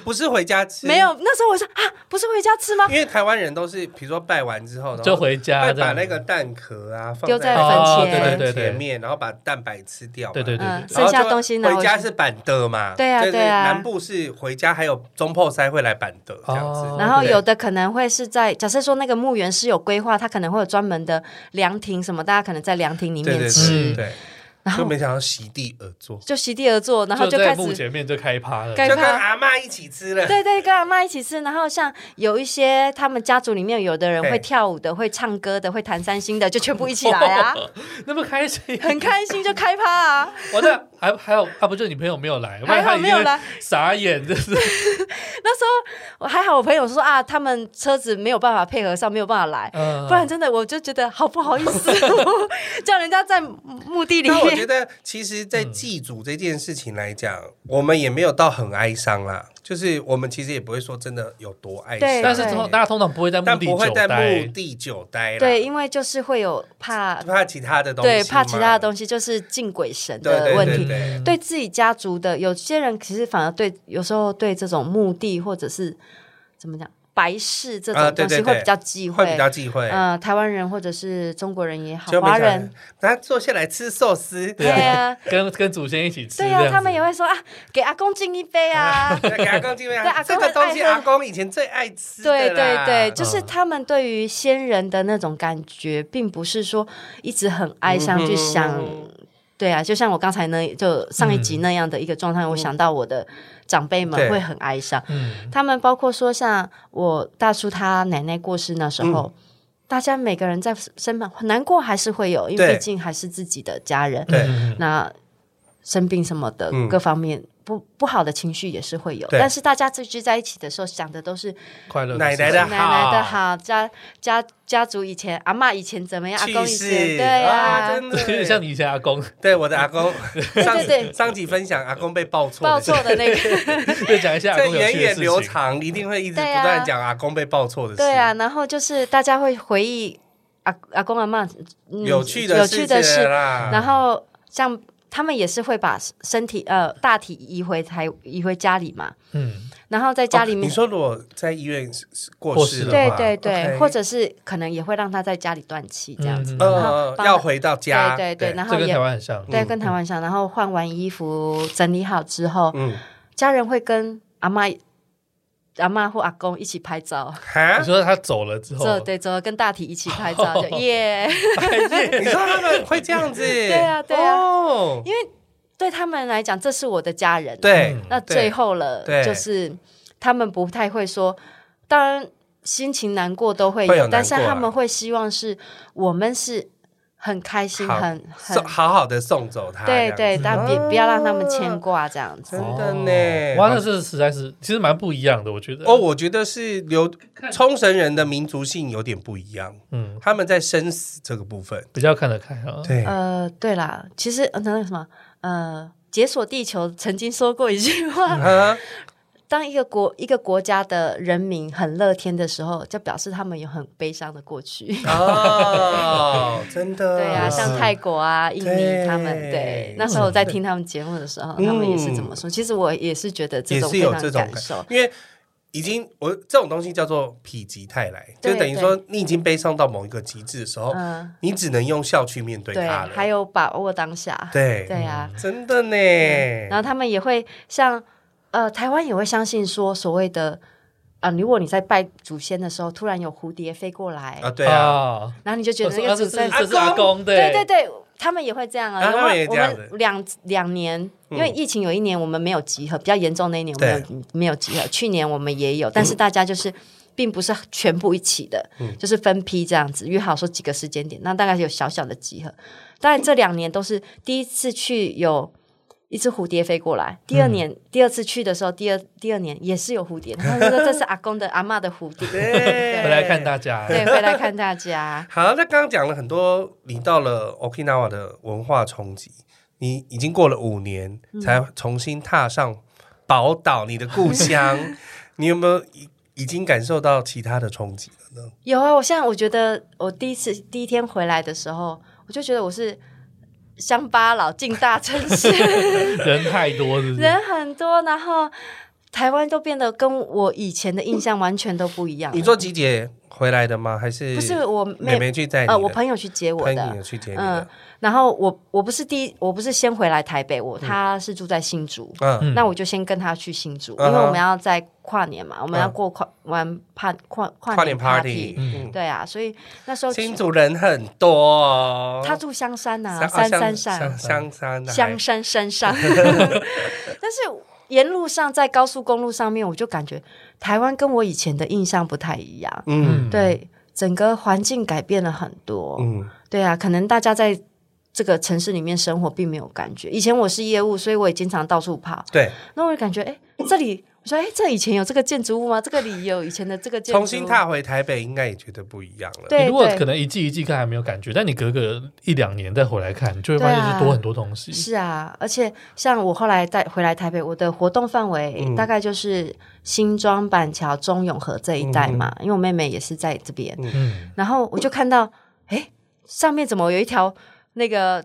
不是回家吃，
没有，那时候我说啊，不是回家吃吗？
因为台湾人都是比如说拜完之后，然后
就回家
会
这样
把那个蛋壳啊放
丢在
哦
坟前
对对对
前
对
面，然后把蛋白吃掉嘛。
对对对对
嗯，
对。
然后
剩
就
下东西拿
回家
去。
是板凳嘛？
对啊
就是
对啊
南部是回家，还有中破塞会来板凳这样子
哦。
然后
对
有的可能会是在，假设说那个墓园是有规划，它可能会有专门的凉亭什么，大家可能在凉亭里
对
面
对
吃。
嗯
对对，
然
就
后
没想到席地而坐，
就席地而坐，然后就
在
开
幕
始
前面就开趴了，
该
就
对
跟
他
阿嬷一起吃了。
对对跟阿妈一起吃。然后像有一些他们家族里面有的人
对
会跳舞的，会唱歌的，会弹三星的，就全部一起来 啊，
哦
那么开心。
很开心就开趴啊。
我那还还有啊，不就你朋友没有来，不然
还好
他一定
没有
会
来
傻眼， 就是
那时候我还好，我朋友说啊，他们车子没有办法配合上，没有办法来。
不
不然真的我就觉得好不好意思，叫人家在墓地里
那我觉
面。
得，其实，在祭祖这件事情来讲，我们也没有到很哀伤啦，就是我们其实也不会说真的有多哀伤，
对
但是
对
通大家通常不会在墓
但
地
不会
久
在
待
墓，地久待啦，
对，因为就是会有怕，
怕其他的东西嘛，
对，怕其他的东西，就是敬鬼神
对对
的问
对
题。
对
对自己家族的，有些人其实反而对有时候对这种墓地或者是怎么讲白事这
啊
种
对
东
对
西会
对
比较忌讳。
会比较忌讳。
呃，台湾人或者是中国人也好，
就没
华
想到
人，，
他坐下来吃寿司，。
对啊，
跟跟祖先一起吃这
对
样子。
啊，他们也会说啊，给阿公敬一杯啊
给阿公敬杯
对阿
啊，
公
这个东西
很爱喝
阿公以前最爱吃的
对对
啦嗯
对，就是他们对于先人的那种感觉，并不是说一直很哀伤去想。
嗯
对啊，就像我刚才呢，就上一集那样的一个状态，我想到我的长辈们
嗯对
会很哀伤。
嗯，
他们包括说，像我大叔他奶奶过世那时候，
嗯
大家每个人在身旁难过还是会有，因为
对
毕竟还是自己的家人。
对
嗯
那生病什么的，
嗯
各方面不不好的情绪也是会有。
对
但是大家聚聚在一起的时候，想的都是
快乐
奶奶
事
的
情
奶奶的好，家家家族以前阿嬷以前怎么样，阿
去
公以
世
前对
啊
呀、
真
有点
的
像你以前阿公
对我的阿 公，上
对对
上集分享阿公被报错，
报错 的那个。
就讲一下阿
这
公有
源
趣的
远
事
流
情。
长，一定会一直不
对啊
断讲阿公被报错的事。
对啊，然后就是大家会回忆阿阿公阿妈、嗯
有趣的啊
有趣的
事
事，
情啦，
然后像他们也是会把身体呃大体移回台移回家里嘛，
嗯，
然后在 家里
哦你
面。
说如果在医院是是过
过
世
世
的
对
话
对对
OK
或者是可能也会让他在家里断气这样子，
嗯嗯嗯
然后
呃
帮
要回到家，
对对对，然后
这跟
也啊
台湾很像。
对
嗯
跟台湾像，然后换完衣服整理好之后，
嗯，
家人会跟阿妈、阿妈或阿公一起拍照，
哈
你，说他走了
哦
之后，
这对之后跟大体一起拍照，就耶，
你说他们会这样子？对
啊 对啊
哦，
因为对他们来讲这是我的家人，
对
嗯，
那
对
最后了
对，
就是他们不太会说，当然心情难过都会有，
会有难过啊
但是他们会希望是我们是很开心，
好
很很
送好好的送走他，
对
这样
对，
子
但别不要让他们牵挂这样子。
真
哦
的呢，
哇，那这实在是其实蛮不一样的，我觉得。
哦，，我觉得是流
看
冲绳人的民族性有点不一样，
嗯，
他们在生死这个部分，
比较看得开啊。
对，
呃，对啦，其实呃那个什么，呃，解锁地球曾经说过一句话：
啊，
当一个国一个国家的人民很乐天的时候，就表示他们有很悲伤的过去。
啊哦，真的，
对啊，像泰国啊、印
对
尼他们，对，那时候我在听他们节目的时候，
嗯
他们也是这么说。其实我也是觉得这
也
种
是
非
有
常
这种
感受，
因为已经我这种东西叫做否极泰来，就
对
等于说你已经悲伤到某一个极致的时候，
嗯，
你只能用笑去面对
对，
它了。
还有把握当下，
对嗯
对啊。
真的呢，
嗯然后他们也会像呃，台湾也会相信说所谓的啊、如果你在拜祖先的时候，突然有蝴蝶飞过来，
啊，对哦啊，
然后你就觉
我
得
说
那
啊这
个祖
是
先
这是阿公，
对对对，他们也会这样啊。
啊他们也
我
这样嗯子
们两两年，因为疫情有一年我们没有集合，比较严重那一年我们没有没有集合，去年我们也有，但是大家就是。并不是全部一起的，
嗯
就是分批这样子约好说几个时间点，那大概有小小的集合。当然这两年都是第一次去有一只蝴蝶飞过来，第二
嗯
年、第二次去的时候，第二第二年也是有蝴蝶，他就说这是阿公的阿嬷 的蝴蝶，
对
回来看大家，
对，回来看大家。
好，那刚刚讲了很多，你到了 Okinawa 的文化冲击，你已经过了五年
嗯
才重新踏上宝岛，你的故 乡，你有没有已已经感受到其他的冲击了呢？
有啊，我现在我觉得我第一次第一天回来的时候，我就觉得我是乡巴佬进大城 市，
人太多，是不是？
人很多，然后台湾都变得跟我以前的印象完全都不一样
你。坐集姐回来的吗？还是
不是我妹
妹妹去载你的？
呃，我朋友去接我
朋
的，
友去接你
嗯
的，，
然后我我不是第一，我不是先回来台北，我他是住在新竹，
嗯，
那我就先跟他去新竹，
嗯哼
因为我们要在跨年嘛，我们要
嗯
过跨玩跨跨
跨
跨
年 party，嗯，
对啊，所以那时候
新竹人很多哦，
他住香山呐、
啊
三
香
山上，
香香山啊
香山 山上，但是沿路上在高速公路上面，我就感觉台湾跟我以前的印象不太一样，
嗯
嗯，
对，整个环境改变了很多，
嗯
对啊，可能大家在这个城市里面生活并没有感觉。以前我是业务，所以我也经常到处跑，
对，
那我就感觉，哎，这里。我说，哎，这以前有这个建筑物吗？这个里有以前的这个建筑物。
重新踏回台北应该也觉得不一样了。
对
你如果
对
可能一季一季看还没有感觉，但你隔个一两年再回来看，你就会发现是多很多东西。
啊是啊，而且像我后来带回来台北，我的活动范围
嗯
大概就是新庄、板桥、中永和这一带嘛，因为我妹妹也是在这边。
嗯，
然后我就看到，哎，上面怎么有一条那个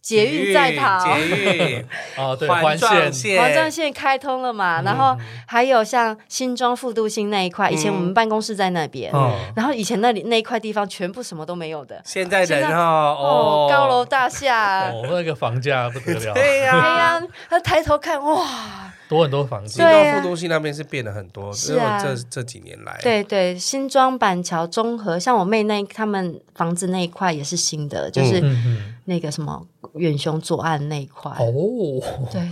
捷运在跑？
捷运
哦， 对，
环
环
状
线，
线，
环状线开通了嘛，然后还有像新庄复都新那一块，以前我们办公室在那边，
哦，
然后以前那里那一块地方全部什么都没有的，
现在
现
人
在
哦
哦
哦，
高楼大厦，
哦，那个房价不得了，
对
哎
呀，
呀，他抬头看，哇，
多很多房子
新。
对啊
庄副都西那边是变了很多，只
是
有
啊
这这几年来，
对对，新庄、板桥、中和，像我妹那他们房子那一块也是新的，就是
嗯嗯，
那个什么远雄左岸那一块。
哦，
对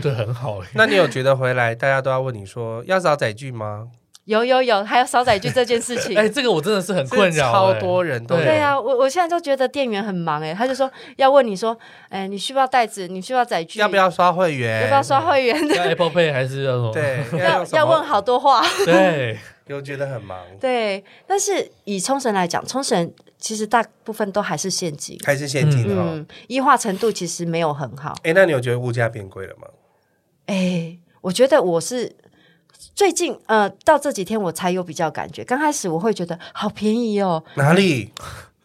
觉得很好哎。
那你有觉得回来大家都要问你说要找载具吗？
有有有，还有少载具这件事 情。
哎，这个我真的是很 困扰，
超
哎
多人都 有
对
对啊，我我现在都觉得店员很忙哎，他就说要问你说，哎，你需不需要袋子？你需不需要载具？
要不要刷会
要
员？
不要刷会员？
要 Apple Pay 还是要什么？
对，
要
用什么
要问，好多话。
对，
又觉得很忙，
对，但是以冲绳来讲，冲绳其实大部分都还是现金，
还是现金哦。
嗯，异化程度其实没有很好。
哎，那你有觉得物价变贵了吗？
哎，我觉得我是最近呃，到这几天我才有比较感觉。刚开始我会觉得好便宜哦，
哪 里？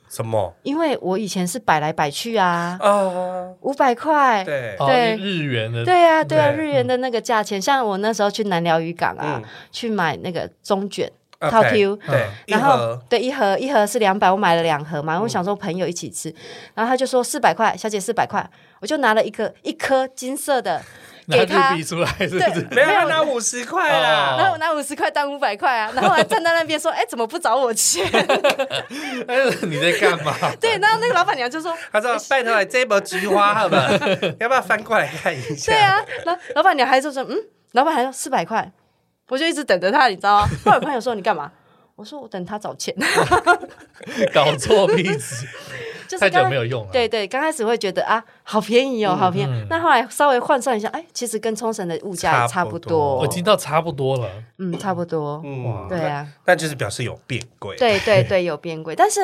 什么
因为我以前是摆来摆去啊，
啊？
五百块。
对，
哦
对
日元的，
对啊，对啊，
对
日元的那个价钱，像我那时候去南寮渔港啊
嗯，
去买那个中卷，
OK，
套 Q
啊对，一
然后
盒
对一盒一盒是两百，我买了两盒嘛，我想说朋友一起吃，然后他就说四百块，小姐四百块，我就拿了一个一颗金色的
拿
给他
日币，出来是不
对
是？
没有他拿五十块啦
哦，
然后我拿五十块当五百块啊，然后我还站在那边说，哎，怎么不找我钱？
哎，你在干嘛？
对，然后那个老板娘就说
他说：“拜托，这一波菊花 好不好？要不要翻过来看一：“下？”
对啊。”老老板娘还说说：“嗯。”老板还说四百块，我就一直等着他，你知道吗？ 后来我朋友说：“你干嘛？”我说：“我等他找钱。
搞错币值，”
就是
太
刚
久
刚
没有用了。
对对，刚开始会觉得啊，好便宜哦，好便宜。那后来稍微换算一下，哎，其实跟冲绳的物价
嗯
也
差
差
不
不
多
我
多
已，经到差不多了。
嗯，差不多。
嗯，
对啊，
那，那就是表示有变贵。，
对对对，有变贵，但是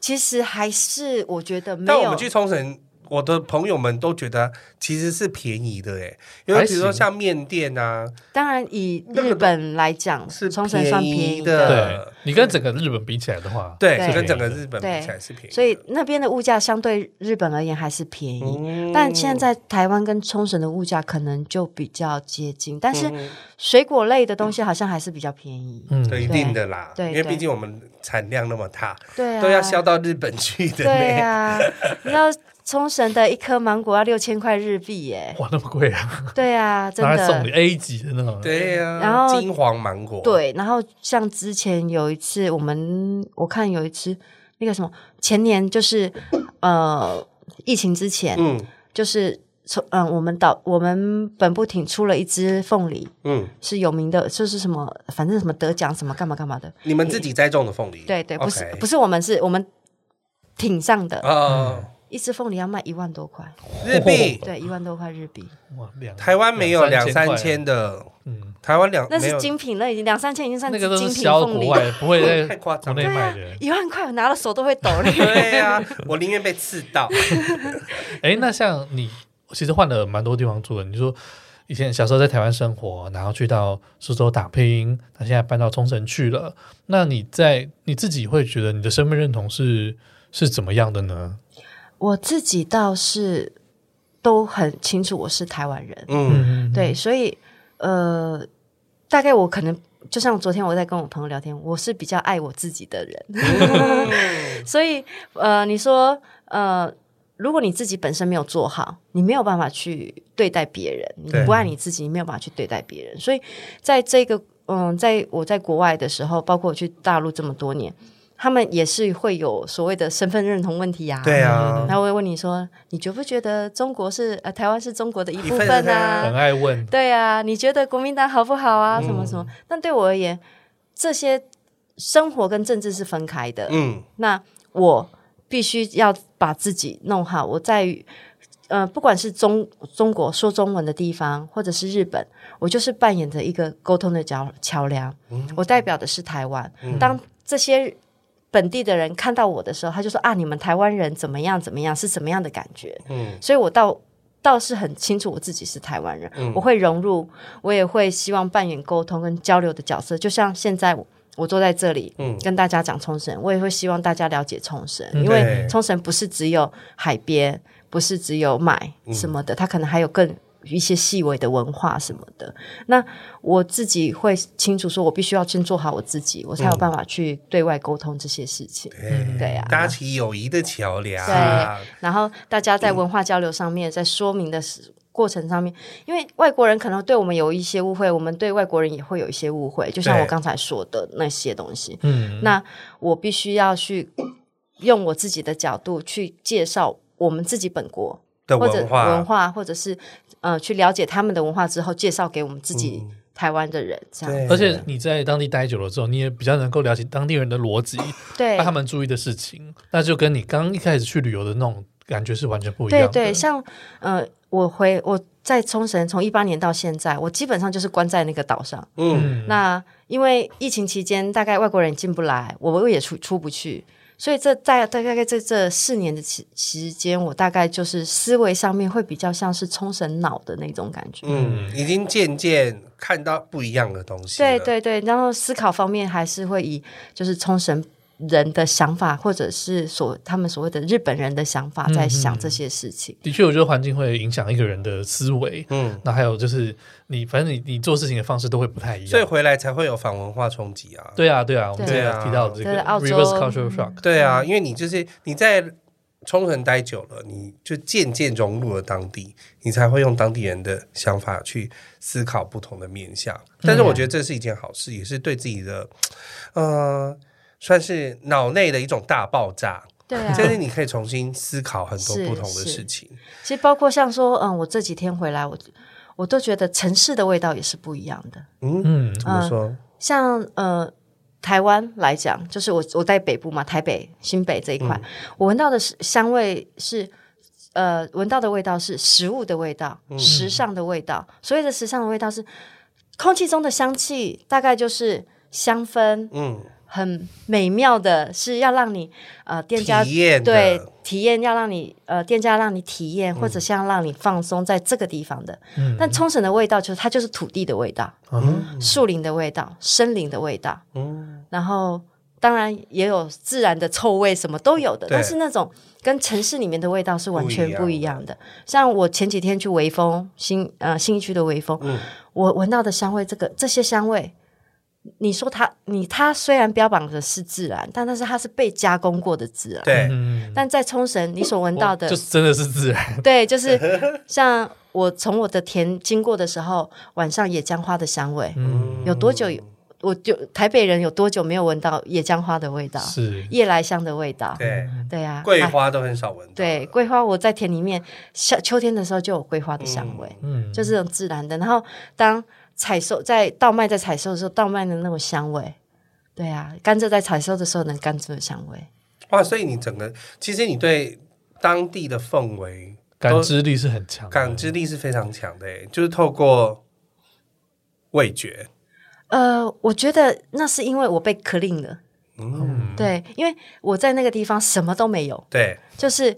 其实还是我觉得没
但我
有
们去冲绳，我的朋友们都觉得其实是便宜的哎，因为比如说
还行
像面店啊，
当然，以
那个
日本来讲，
是
冲绳算
便宜
便宜
的
的，
对你跟整个日本比起来的话，
对，
对
跟整个日本比起来是便宜的，
所以那边的物价相对日本而言还是便宜。
嗯
但现在台湾跟冲绳的物价可能就比较接近，但是
嗯
水果类的东西好像还是比较便宜。
嗯，
对一定的啦，
对
因为
对
毕竟我们产量那么大，
对啊，
都要销到日本去的
对啊
呢。
啊，你知道冲绳的一颗芒果要六千块日币耶，
哇，那么贵啊！
对啊，真
拿来送
的
你。A 级的那种，
对呀、
然后
金黄芒果，，
对，然后像之前有一次，我们我看有一次那个什么，前年就是呃疫情之前，
嗯
就是从嗯我们岛我们本部挺出了一只凤梨，
嗯，
是有名的，就是什么反正什么得奖什么干嘛干嘛的，
你们自己栽种的凤梨，
对对，不是
OK
不是我们是我们挺上的，
哦，
一只凤梨要卖一万多块，
日币，
对，一万多块日币，
哇，两
台湾没有两三
块
千，的，
嗯，
台湾两
那
没
是
有
精品了，已经两三千已经算
那个都
精
是
品
销
凤梨
国，外，不会在
太夸张
国
了
内
对
卖
啊
的，。
一万块我拿到手都会抖嘞。
对呀、我宁愿被刺到。
哎，那像你其实换了蛮多地方住的，你说。以前小时候在台湾生活，然后去到苏州打拼，那现在搬到冲绳去了。那你在你自己会觉得你的身份认同是是怎么样的呢？
我自己倒是都很清楚我是台湾人，
嗯
嗯，
对，所以呃，大概我可能就像昨天我在跟我朋友聊天，我是比较爱我自己的人， 所以呃，你说呃。如果你自己本身没有做好，你没有办法去对待别人，你
对
不爱你自己，你没有办法去对待别人。所以，在这个嗯，在我在国外的时候，包括我去大陆这么多年，他们也是会有所谓的身份认同问题呀、
对啊，
然后我会问你说，你觉不觉得中国是呃台湾是中国的一部
一份
分
子
很
啊
啊？
爱问，
对啊，你觉得国民党好不好啊？什么什么？但对我而言，这些生活跟政治是分开的。
嗯，
那我必须要把自己弄好。我在于，呃，不管是中中国说中文的地方，或者是日本，我就是扮演着一个沟通的桥桥梁。我代表的是台湾。当这些本地的人看到我的时候，他就说啊，你们台湾人怎么样怎么样，是怎么样的感觉？
嗯
所以我倒倒是很清楚我自己是台湾人，我会融入，我也会希望扮演沟通跟交流的角色，就像现在我。我坐在这里，跟大家讲冲绳，我也会希望大家了解冲绳，因为
嗯对
冲绳不是只有海边，不是只有买什么的，它可能还有更一些细微的文化什么的。那我自己会清楚，说我必须要先做好我自己，我才有办法去对外沟通这些事情。
嗯
对
对啊，
搭起友谊的桥梁。啊
对然后大家
嗯
在文化交流上面，在说明的时过程上面，因为外国人可能对我们有一些误会，我们对外国人也会有一些误会，就像
对
我刚才说的那些东西。
嗯，
那我必须要去用我自己的角度去介绍我们自己本国
的
或者
文化，
文化，或者是呃去了解他们的文化之后，介绍给我们自己
嗯
台湾的人，这样
嗯对
而且你在当地待久了之后，你也比较能够了解当地人的逻辑，
对
让他们注意的事情，那就跟你刚一开始去旅游的那种感觉是完全不一样
对
的。
对，像呃，我回我在冲绳，从一八年到现在，我基本上就是关在那个岛上。
嗯，
嗯，
那因为疫情期间，大概外国人进不来，我也出出不去，所以这在大概这这四年的期期间，我大概就是思维上面会比较像是冲绳脑的那种感觉。
嗯，已经渐渐看到不一样的东西了。
对对对，然后思考方面还是会以就是冲绳人的想法，或者是所他们所谓的日本人的想法，在想这些事情。
的确，我觉得环境会影响一个人的思维。
嗯，
那还有就是你，反正你你做事情的方式都会不太一
所以
样。
回来才会有反文化冲击啊。
对啊，对啊，我们之
对
前
啊
有提到这
对
个
澳洲
reverse cultural shock，
对啊，
嗯
因为你就是你在冲绳待久了，你就渐渐融入了当地，你才会用当地人的想法去思考不同的面向。但是我觉
嗯
得这是一件好事，也是对自己的，呃，算是脑内的一种大爆炸，
对啊，
就是你可以重新思考很多
是
不同的
是
事情。
其实包括像说，嗯，我这几天回来，我我都觉得城市的味道也是不一样的。
嗯，
怎么说？
像呃台湾来讲，就是我我在北部嘛，台北、新北这一
嗯
块，我闻到的是香味是。呃，闻到的味道是食物的味道，
嗯
时尚的味道。所谓的时尚的味道是空气中的香气，大概就是香氛，
嗯，
很美妙的，是要让你呃店家
体验的
对体验要让你呃店家让你体验，或
嗯
者像让你放松在这个地方的。但冲绳的味道就是它就是土地的味道，
嗯
树林的味道，森林的味道，然后。当然也有自然的臭味，什么都有的，
对
但是那种跟城市里面的味道是完全
不
不
一
一
样
样的。像我前几天去微风新呃新一区的微风，我闻到的香味，这个这些香味你说它，你它虽然标榜的是自然，但但是它是被加工过的自然。
对，
嗯，
但在冲绳，你所闻到的
哦就，真的是自然，
对，就是像我从我的田经过的时候，晚上野姜花的香味，
嗯，
有多久？我就台北人有多久没有闻到野姜花的味道，
是
夜来香的味道？
嗯对，
对啊，
桂
哎
花都很少闻到。
对，桂花，我在田里面夏秋天的时候就有桂花的香味，
嗯，
就是这种自然的。然后当采收在稻麦在采收的时候，稻麦的那种香味，对啊，甘蔗在采收的时候，能甘蔗的香味，
哇，所以你整个其实你对当地的氛围
感知力是很强的，
感知力是非常强的、欸，就是透过味觉。
呃，我觉得那是因为我被 clean 了，
嗯，
对，因为我在那个地方什么都没有，
对，
就是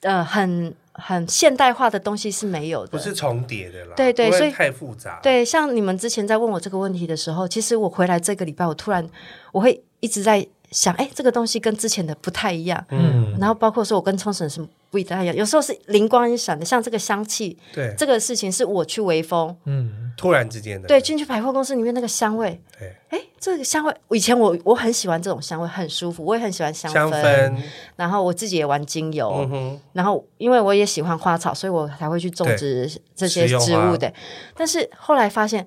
呃，很很现代化的东西是没有
不
的。
是重叠的啦，
对对
不会
所以
太复杂。，
对，像你们之前在问我这个问题的时候，其实我回来这个礼拜，我突然我会一直在想，哎，这个东西跟之前的不太一样。
嗯，
然后包括说我跟冲绳是不一样，有时候是灵光一闪的，像这个香气，
对，
这个事情是我去微风，
嗯，
突然之间的，
对，进去百货公司里面那个香味，
对，
哎，这个香味，以前我我很喜欢这种香味，很舒服，我也很喜欢香
香氛，
然后我自己也玩精油，
嗯哼，
然后因为我也喜欢花草，所以我才会去种植这些
食用
植
花
物的。但是后来发现，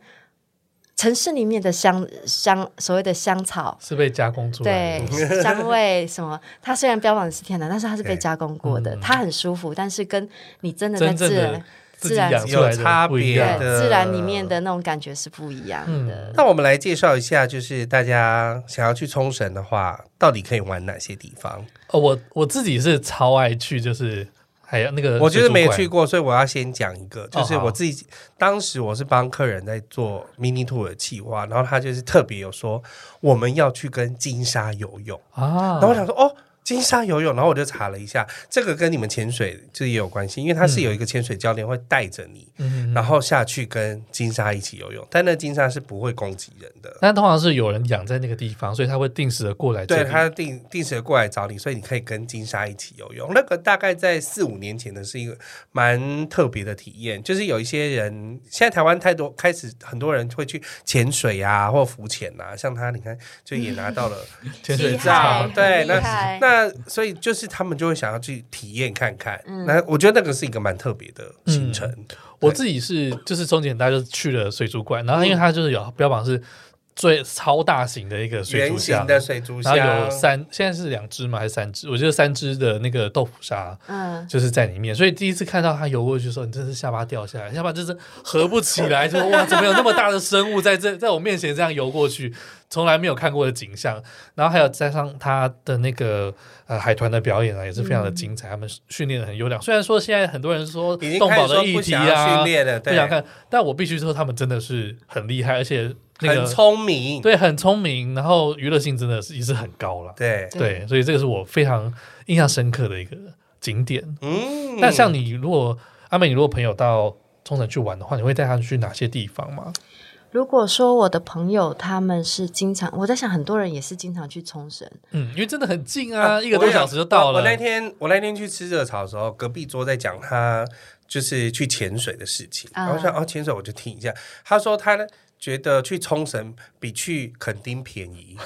城市里面的香香所谓的香草，
是被加工出来
对
的，
香味什么，它虽然标榜是天然，但是它是被
对
加工过的，
嗯
它很舒服，但是跟你真的在
真
自
正的
然
自己
自然
养出来
有差
的不一
别
样
的，
对自然里面的那种感觉是不一样的。
那我们来介绍一下，就是大家想要去冲绳的话，到底可以玩哪些地方？
哦，我我自己是超爱去，就是还有那个，
我就是没去，过，所以我要先讲一个，就是
哦好
我自己、当时我是帮客人在做 mini tour 的计划，然后他就是特别有说我们要去跟金沙游泳，
啊
然，后我想说哦。金沙游泳，然后我就查了一下，这个跟你们潜水就是也有关系，因为他是有一个潜水教练会带着你，
嗯
然后下去跟金沙一起游泳，但那金沙是不会攻击人的，
但通常是有人养在那个地方，所以他会定时的过来这
对
里。
他定定时过来找你，所以你可以跟金沙一起游泳。那个大概在四五年前的是一个蛮特别的体验，就是有一些人现在台湾太多开始很多人会去潜水啊或浮潜啊，像他你看就也拿到了
潜
厉
水
害
照
照，
很，
对，
厉
那
害
那所以就是他们就会想要去体验看看。
嗯
那我觉得那个是一个蛮特别的行程，
我自己是就是中间大家就去了水族馆，
嗯
然后因为它就是有标榜是最超大型的一个水族
圆形
箱，
的水族
然
箱
后有三，现在是两只吗？还是三只？我觉得三只的那个豆腐 鲨
嗯，
就是在里面，所以第一次看到它游过去的时候，你真是下巴掉下来，下巴就是合不起来，就说哇，怎么有那么大的生物在这在 我面前这样游过去，从来没有看过的景象。然后还有加上它的那个呃海豚的表演啊，也是非常的精彩，他们训练的很优良。虽然说现在很多人说
嗯已经
动
开
保
始说
的议
不
题
想要
啊
训，练了，
不
对，
想看，但我必须说他们真的是很厉害，而且那
很
个
聪明，
对很聪明，然后娱乐性真的是也是很高了。
对，
对
对，所以这个是我非常印象深刻的一个景点。
嗯
那像你如果阿美，你如果朋友到冲绳去玩的话，你会带他去哪些地方吗？
如果说我的朋友他们是经常，我在想很多人也是经常去冲绳，
嗯，因为真的很近啊，
啊
一个多小时就到了。
我跟你讲我我那天我那天去吃热炒的时候，隔壁桌在讲他就是去潜水的事情，
啊
然后我想哦潜水我就听一下。他说他呢觉得去冲绳比去垦丁便宜，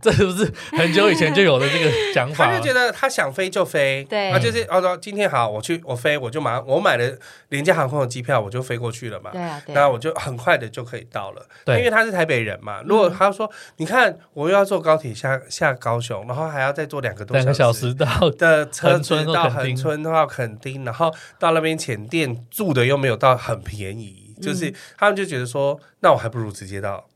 这是不是很久以前就有的这个想法
他
了？
就觉得他想飞就飞，
对
啊就是哦说今天好我去我飞我就马上我买了廉价航空的机票我就飞过去了嘛，
对啊，对啊
那我就很快的就可以到了，
对
因为他是台北人嘛。
嗯
如果他说，你看我又要坐高铁下下高雄，然后还要再坐两个多
两个小
小时
时到，
的车
恒
子
春到
到
垦
恒
丁
春到垦丁，然后到那边前店住的又没有到很便
嗯
宜，就是他们就觉得说，那我还不如直接到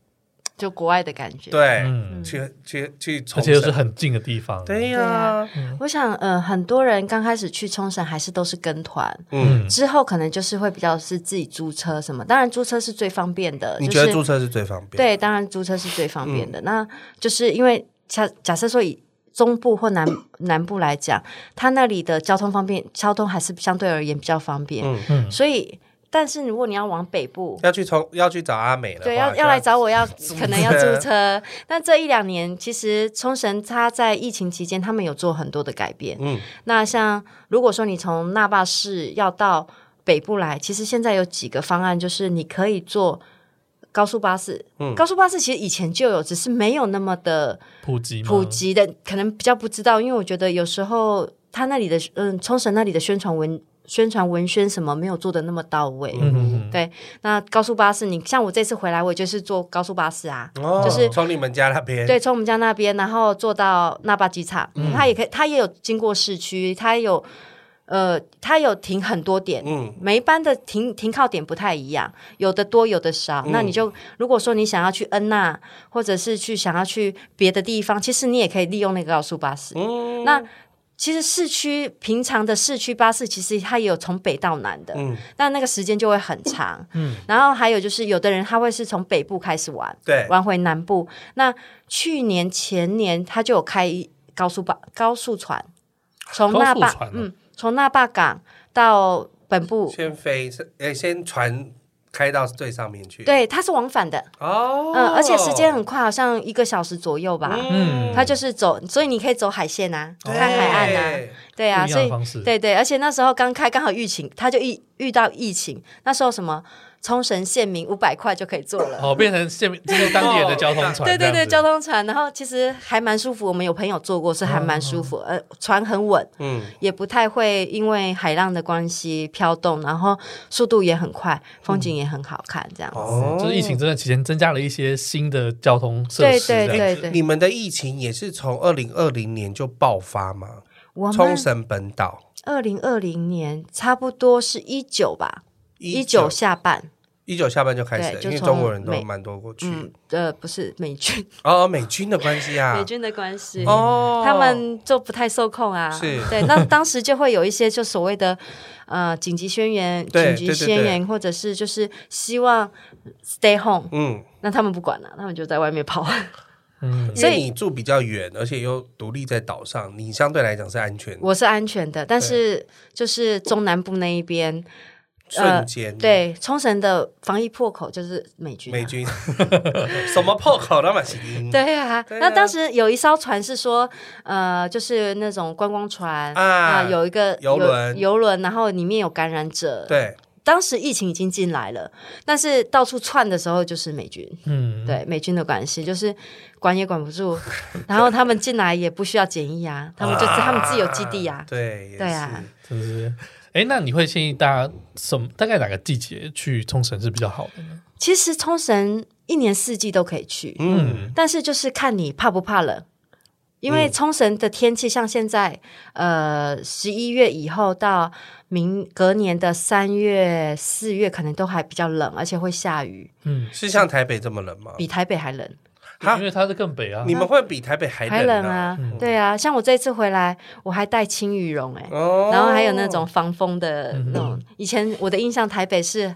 就国外的感觉。
对啊
嗯，
去去去
而
冲
且又是
绳，
很近的地方。
对
对
呀
啊，我想，呃，很多人刚开始去冲绳还是都是跟团，
嗯，
之后可能就是会比较是自己租车什么。当然，租车是最方便的，
你
就
觉得
是
租嗯车是最方便？
对，当然租车是最方便的。那就是因为假假设说以中部或南 南部来讲，它那里的交通方便，交通还是相对而言比较方便，
嗯
嗯
所以。但是如果你要往北部，
要去冲要去找阿美了，
对，
哇
要要来。找我要，可能要
车
租车。那这一两年，其实冲绳它在疫情期间，他们有做很多的改变。
嗯，
那像如果说你从那霸市要到北部来，其实现在有几个方案，就是你可以坐高速巴士，
嗯
高速巴士其实以前就有，只是没有那么的
普及吗
普及的，可能比较不知道，因为我觉得有时候他那里的嗯，冲绳那里的宣传文宣传文宣什么没有做的那么到位。
嗯嗯嗯，
对，那高速巴士，你像我这次回来，我就是坐高速巴士啊，
哦，
就是
从你们家那边，
对，从我们家那边，然后坐到那霸机场，
嗯
它也可以，它也有经过市区，它有呃，它有停很多点，
嗯，
每一班的停停靠点不太一样，有的多，有的少。
嗯
那你就如果说你想要去恩纳，或者是去想要去别的地方，其实你也可以利用那个高速巴士。
嗯
那其实市区平常的市区巴士，其实它也有从北到南的，
嗯，
但那个时间就会很长。
嗯，
然后还有就是，有的人他会是从北部开始玩，
对，
玩回南部。那去年前年他就有开高速巴高速船，从
高
那
速
霸、
船啊
嗯，从那霸港到本部，
先飞，是诶，先船开到最上面去，，
对，它是往返的，
哦，
嗯，而且时间很快，好像一个小时左右吧。
嗯哦
它就是走，所以你可以走海线啊，
对
看海岸啊，对啊，
不一
所
样的
以
方式，
对对，而且那时候刚开，刚好疫情，他就遇遇到疫情，那时候什么冲绳县民五百块就可以坐了。
哦，变成现这个当地人
哦
的交通船，
对对对，
这样
交
子
通船，然后其实还蛮舒服。我们有朋友坐过，是还蛮舒服，呃，船很稳，
嗯，
也不太会因为海浪的关系飘动，然后速度也很快，风景也很好看，这样。
哦
就是疫情这段期间增加了一些新的交通设
对
施，
对
这样
对对，
你们的疫情也是从二零二零年就爆发吗？
我
冲
们
绳本岛
二零二零年差不多是一九吧，一九下半，
一九下半就开始了，
对就
因为
从
中国人都
美
蛮多过去、
嗯，呃，不是美军，
哦，美军的关系啊
美，军的关系，
哦，
他们就不太受控啊。
是
对，那当时就会有一些就所谓的 呃紧急宣言、
对
紧急
对对
宣言，或者是就是希望 stay home，
嗯，
那他们不管了、他们就在外面跑。
嗯，
所
所以
以你住比较远，而且又独立在岛上，你相对来讲是安全的，
我是安全的，但是就是中南部那一边，
瞬间、。
呃对冲绳的防疫破口就是美军啊、
美军 什么破口那么行？
对啊，
对啊
那当时有一艘船是说，呃，就是那种观光船
啊
有一个
游轮
游轮，然后里面有感染者。，
对，
当时疫情已经进来了，但是到处窜的时候就是美军，
嗯，
对美军的关系就是管也管不住， 然后他们进来也不需要检疫啊，他们就是他们自己有基地啊。
对，也
对啊
是
真是。哎，那你会建议大家什么？大概哪个季节去冲绳是比较好的呢？
其实冲绳一年四季都可以去，
嗯，
但是就是看你怕不怕冷，因为冲绳的天气像现在，呃，十一月以后到明隔年的三月、四月，可能都还比较冷，而且会下雨，
嗯，
是像台北这么冷吗？
比台北还冷，
哈
因为它是更北啊
你。们会比台北还
还
冷嗯
冷啊！对啊，像我这次回来，我还带轻羽绒哎、
哦，嗯
然后还有那种防风的那种。以前我的印象，台北是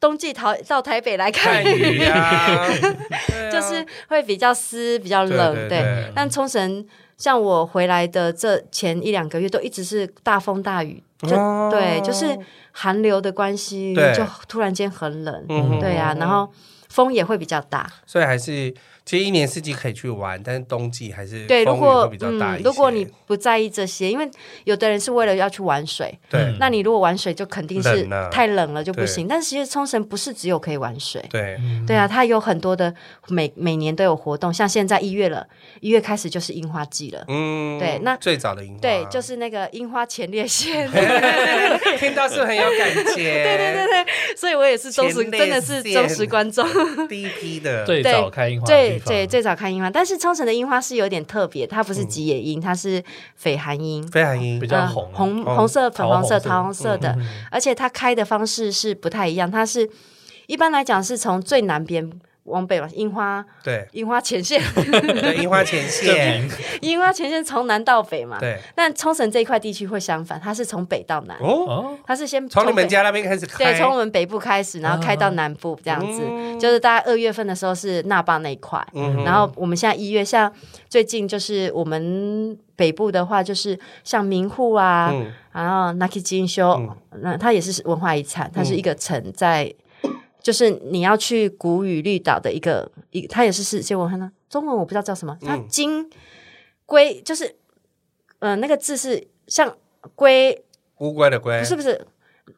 冬季逃到台北来看
看雨呀，
就是会比较湿、比较
对啊
冷，
对
对
对
但冲绳像我回来的这前一两个月，都一直是大风大雨，就、
哦
对，就是寒流的关系
对，
就突然间很冷，
嗯
对啊，然后风也会比较大。
所以还是其实一年四季可以去玩，但是冬季还是
对，如
风雨
果
会比较大
嗯
一，些。
如果你不在意这些，因为有的人是为了要去玩水，
对
那你如果玩水就肯定是
嗯冷啊
太冷了就不
对嗯
行。但其实冲绳不是只有可以玩水。
对
对啊，它有很多的每每年都有活动，像现在一月了，一月开始就是樱花季了。
嗯
对那
最早的樱花，
对，就是那个樱花前列 腺，
听到是不是很有感 觉，对对对
所以我也是忠实，
前列腺
真的是忠实观众。
对，第一批的
最早开樱花的地
最
方，
最最早看樱花，但是冲绳的樱花是有点特别，它
嗯
不是吉野樱，它是绯寒樱，
非常樱
比较
呃
红啊
红
红
红色、粉红色、
桃红色
桃红色的，
嗯
而且它开的方式是不太一样，它是一般来讲是从最南边往北往樱花
对
樱花前线，
对樱花前线，
樱花前线从南到北嘛。
对
但冲绳这一块地区会相反，它是从北到南，
哦，
哦，
它是先
从你们
北
家那边开始开，
对，从我们北部开始，然后开到南部这样子，就是大概二月份的时候是那霸那一块，
嗯
然后我们现在一月，像最近就是我们北部的话，就是像名护啊，
嗯
然后 Naki 金修，那、它也是文化遗产，它是一个城在，就是你要去古语绿岛的一个一，它也是世界文化呢，中文我不知道叫什么，它
嗯
金龟呃就是，嗯、那个字是像龟，
乌龟的龟
不是不是。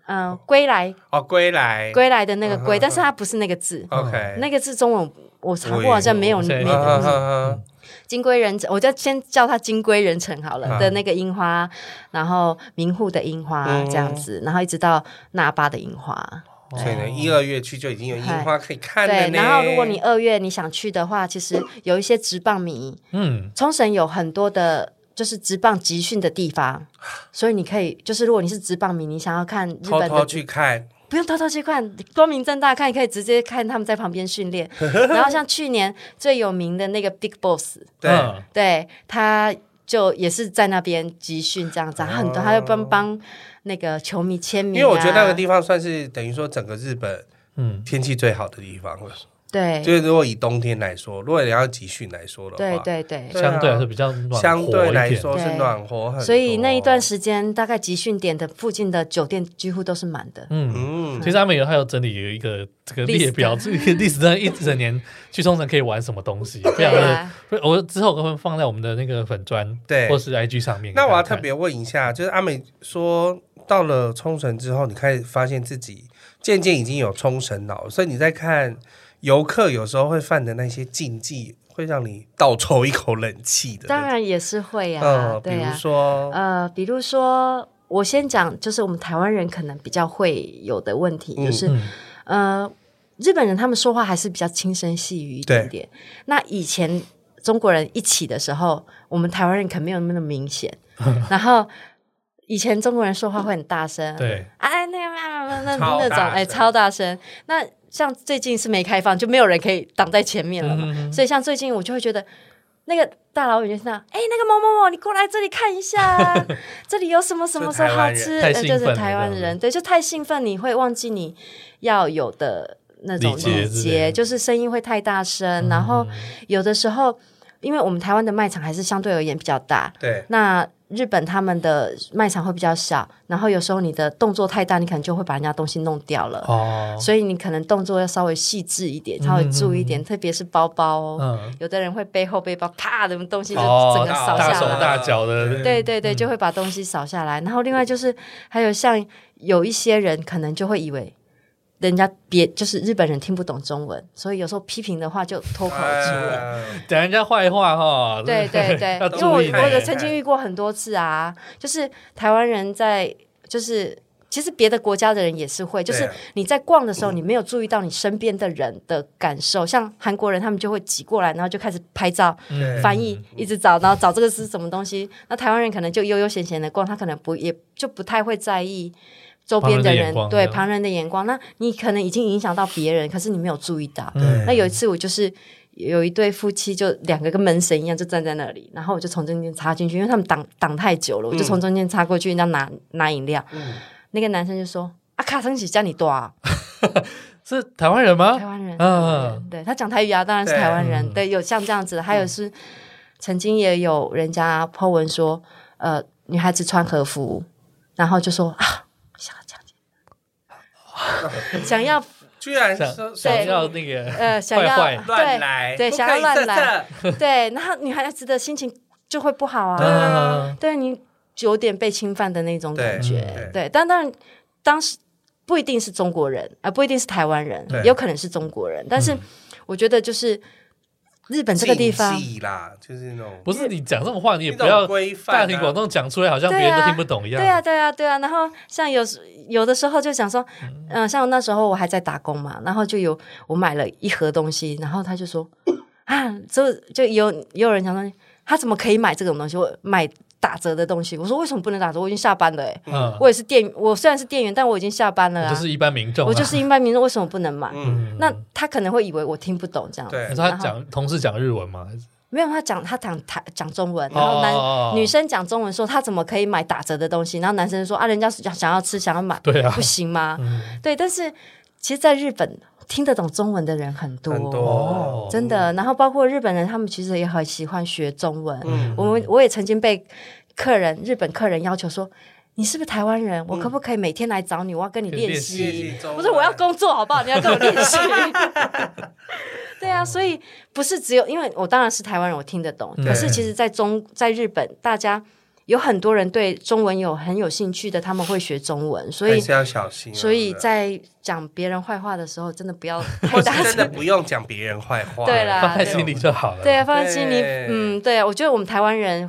嗯、归来
哦，归来
归来的那个
嗯
归，
嗯
但是它不是那个字，
，OK，
那个字中文我查
我
过，好
也
像没有
我现在
没
也
嗯
哦个
嗯
是
嗯
金龟人，我就先叫它金龟人城好了、
嗯
的那个樱花，然后明户的樱花、
嗯
这样子，然后一直到那巴的樱花。
哦
嗯所以呢，一二月去就已经有樱花可以看了
对，
呢。
然后如果你二月你想去的话，其实有一些直棒迷，
嗯，
冲绳有很多的。就是直棒集训的地 方，所以你可以就是如果你是直棒迷，你想要看日
偷
本
偷
的
去看，
不用偷偷去看，光明正大看，可以直接看他们在旁边训 练。然后像去年最有名的那个 Big Boss，
对，
嗯
对，他就也是在那边集训这样子啊，很多他就帮帮那个球迷签
哦
名、啊，
因为我觉得那个地方算是等于说整个日本
嗯，
天气最好的地方了。就
对
是如果以冬天来说，如果你要集训来说的
对
话，
对对。
对啊
相对来说比较暖和
相对来说
一
是
对
暖和很多。
所以那一段时间，大概集训点的附近的酒店几乎都是满的。
点嗯。
嗯，
其实他们有还有整理有一个这个列表，这个历史上一整年去冲绳可以玩什么东西，非常
对
的
啊。
我之后会放在我们的那个粉砖
对
或是 IG 上面。
那我
给大
要特
家看
别问一下，就是阿美说到了冲绳之后，你开始发现自己渐渐已经有冲绳脑，所以你在看游客有时候会犯的那些禁忌，会让你倒抽一口冷气的那种。
当然也是会呀、
嗯，比
对
如
呀、
说，
呃，比如说，我先讲，就是我们台湾人可能比较会有的问题，
嗯
就是、
嗯
呃，日本人他们说话还是比较轻声细语一点点。那以前中国人一起的时候，我们台湾人可没有那么明显。然后以前中国人说话会很大声，
对，
哎，那个那那
超
那
大
种，哎，
声
超大声。那像最近是没开放，就没有人可以挡在前面了
嗯
嘛。所以像最近我就会觉得，那个大老远就听到，哎，那个某某某，你过来这里看一下啊， 这里有什么什么
是
什么
台湾
好
人
吃，
太
呃
兴
就
奋
是
了
台湾
这样
人，对，就太兴奋，你会忘记你要有的那种
礼节
礼
之类
节，
的嗯
就是声音会太大声，然后有的时候，因为我们台湾的卖场还是相对而言比较大，
对，
那日本他们的卖场会比较小，然后有时候你的动作太大，你可能就会把人家东西弄掉了。
哦，
所以你可能动作要稍微细致一点，稍微注意一点，特别是包包哦。
嗯，
有的人会背后背包啪，什么东西就整
哦，
个
大
扫
大
下
手
来。
大脚嗯的，
对对对，就会把东西扫下来。然后另外就是，还有像有一些人可能就会以为人家别就是日本人听不懂中文，所以有时候批评的话就脱口而出
哎
了。
嗯
讲人家坏话哈。
对对对
要，
因
注意
为
呢
我我有曾经遇过很多次啊，就是台湾人在就是。其实别的国家的人也是会，就
对啊
是你在逛的时
嗯
候，你没有注意到你身边的人的感受。像韩国人，他们就会挤过来，然后就开始拍照、
嗯
对
翻译，一直找，然后找这个是什么东西。那台湾人可能就悠悠闲闲的逛，他可能不也就不太会在意周边
旁人的眼
人
光
对
这样
旁人的眼光。那你可能已经影响到别人，可是你没有注意到。
嗯
对
那有一次我就是有一对夫妻，就两个跟门神一样，就站在那里，然后我就从中间插进去，因为他们挡挡太久了，我就从中间插过去，人家拿拿饮料，
嗯
那个男生就说。啊，卡生喜叫你多啊，
是台湾人
台
吗？
湾人，
嗯
对他讲台语啊，当然是
对
台湾人，对，嗯有像这样子的，还有是、曾经也有人家 po 文说，呃，女孩子穿和服，然后就说啊，想要讲简单，想要
居然
想
说
想
对
要那个，
呃想要
坏坏
乱
对
来，
对
不
想要
可以
乱
色
来
色，
对，然后女孩子的心情就会不好啊，
啊
对你有点被侵犯的那种感觉
对，
对，但当然当时不一定是中国人，啊、不一定是台湾人
对，
也有可能是中国人，但是我觉得就是日本这个地方
禁，忌啦，就是那种
不是你讲这种话，你也
一
不要
种规范
大
啊，
庭广众讲出来，好像别
对啊
人都听不懂一样。
对啊，对啊，对啊。然后像有时有的时候就想说，嗯、像那时候我还在打工嘛，然后就有我买了一盒东西，然后他就说 啊，就就有也有人想说，他怎么可以买这种东西？我买打折的东西，我说为什么不能打折？我已经下班了、欸，
嗯，
我也是店，我虽然是店员，但我已经下班了
我
啊，
就是一般民众啊。
我就是一般民众，为什么不能买？
嗯，
那他可能会以为我听不懂这样子，
对
你说他
然后
讲同事讲日文吗？还是
没有，他讲他讲台讲中文，
哦
然后男、
哦哦
女生讲中文说他怎么可以买打折的东西，然后男生说啊，人家想想要吃想要买，
对啊
不行吗？对，但是其实，在日本听得懂中文的人很多，哦
很多，
真的。然后包括日本人，他们其实也很喜欢学中文。
嗯
我们我也曾经被客人日本客人要求说。你是不是台湾人？我可不可以每天来找你？我要跟你练
练
习
习练习中。啊文
不是我要工作，好不好？你要跟我练习。对啊，所以不是只有，因为我当然是台湾人，我听得懂。
嗯
可是其实在中在日本，大家有很多人对中文有很有兴趣的，他们会学中文，所
还
以
是要小心啊。
所以
对
在讲别人坏话的时候，真的不要太
或
大
是 真的
声。
不用讲别人坏话，
对啦
放在心里就好了。
对啊，放在心里
对，
嗯，对啊，我觉得我们台湾人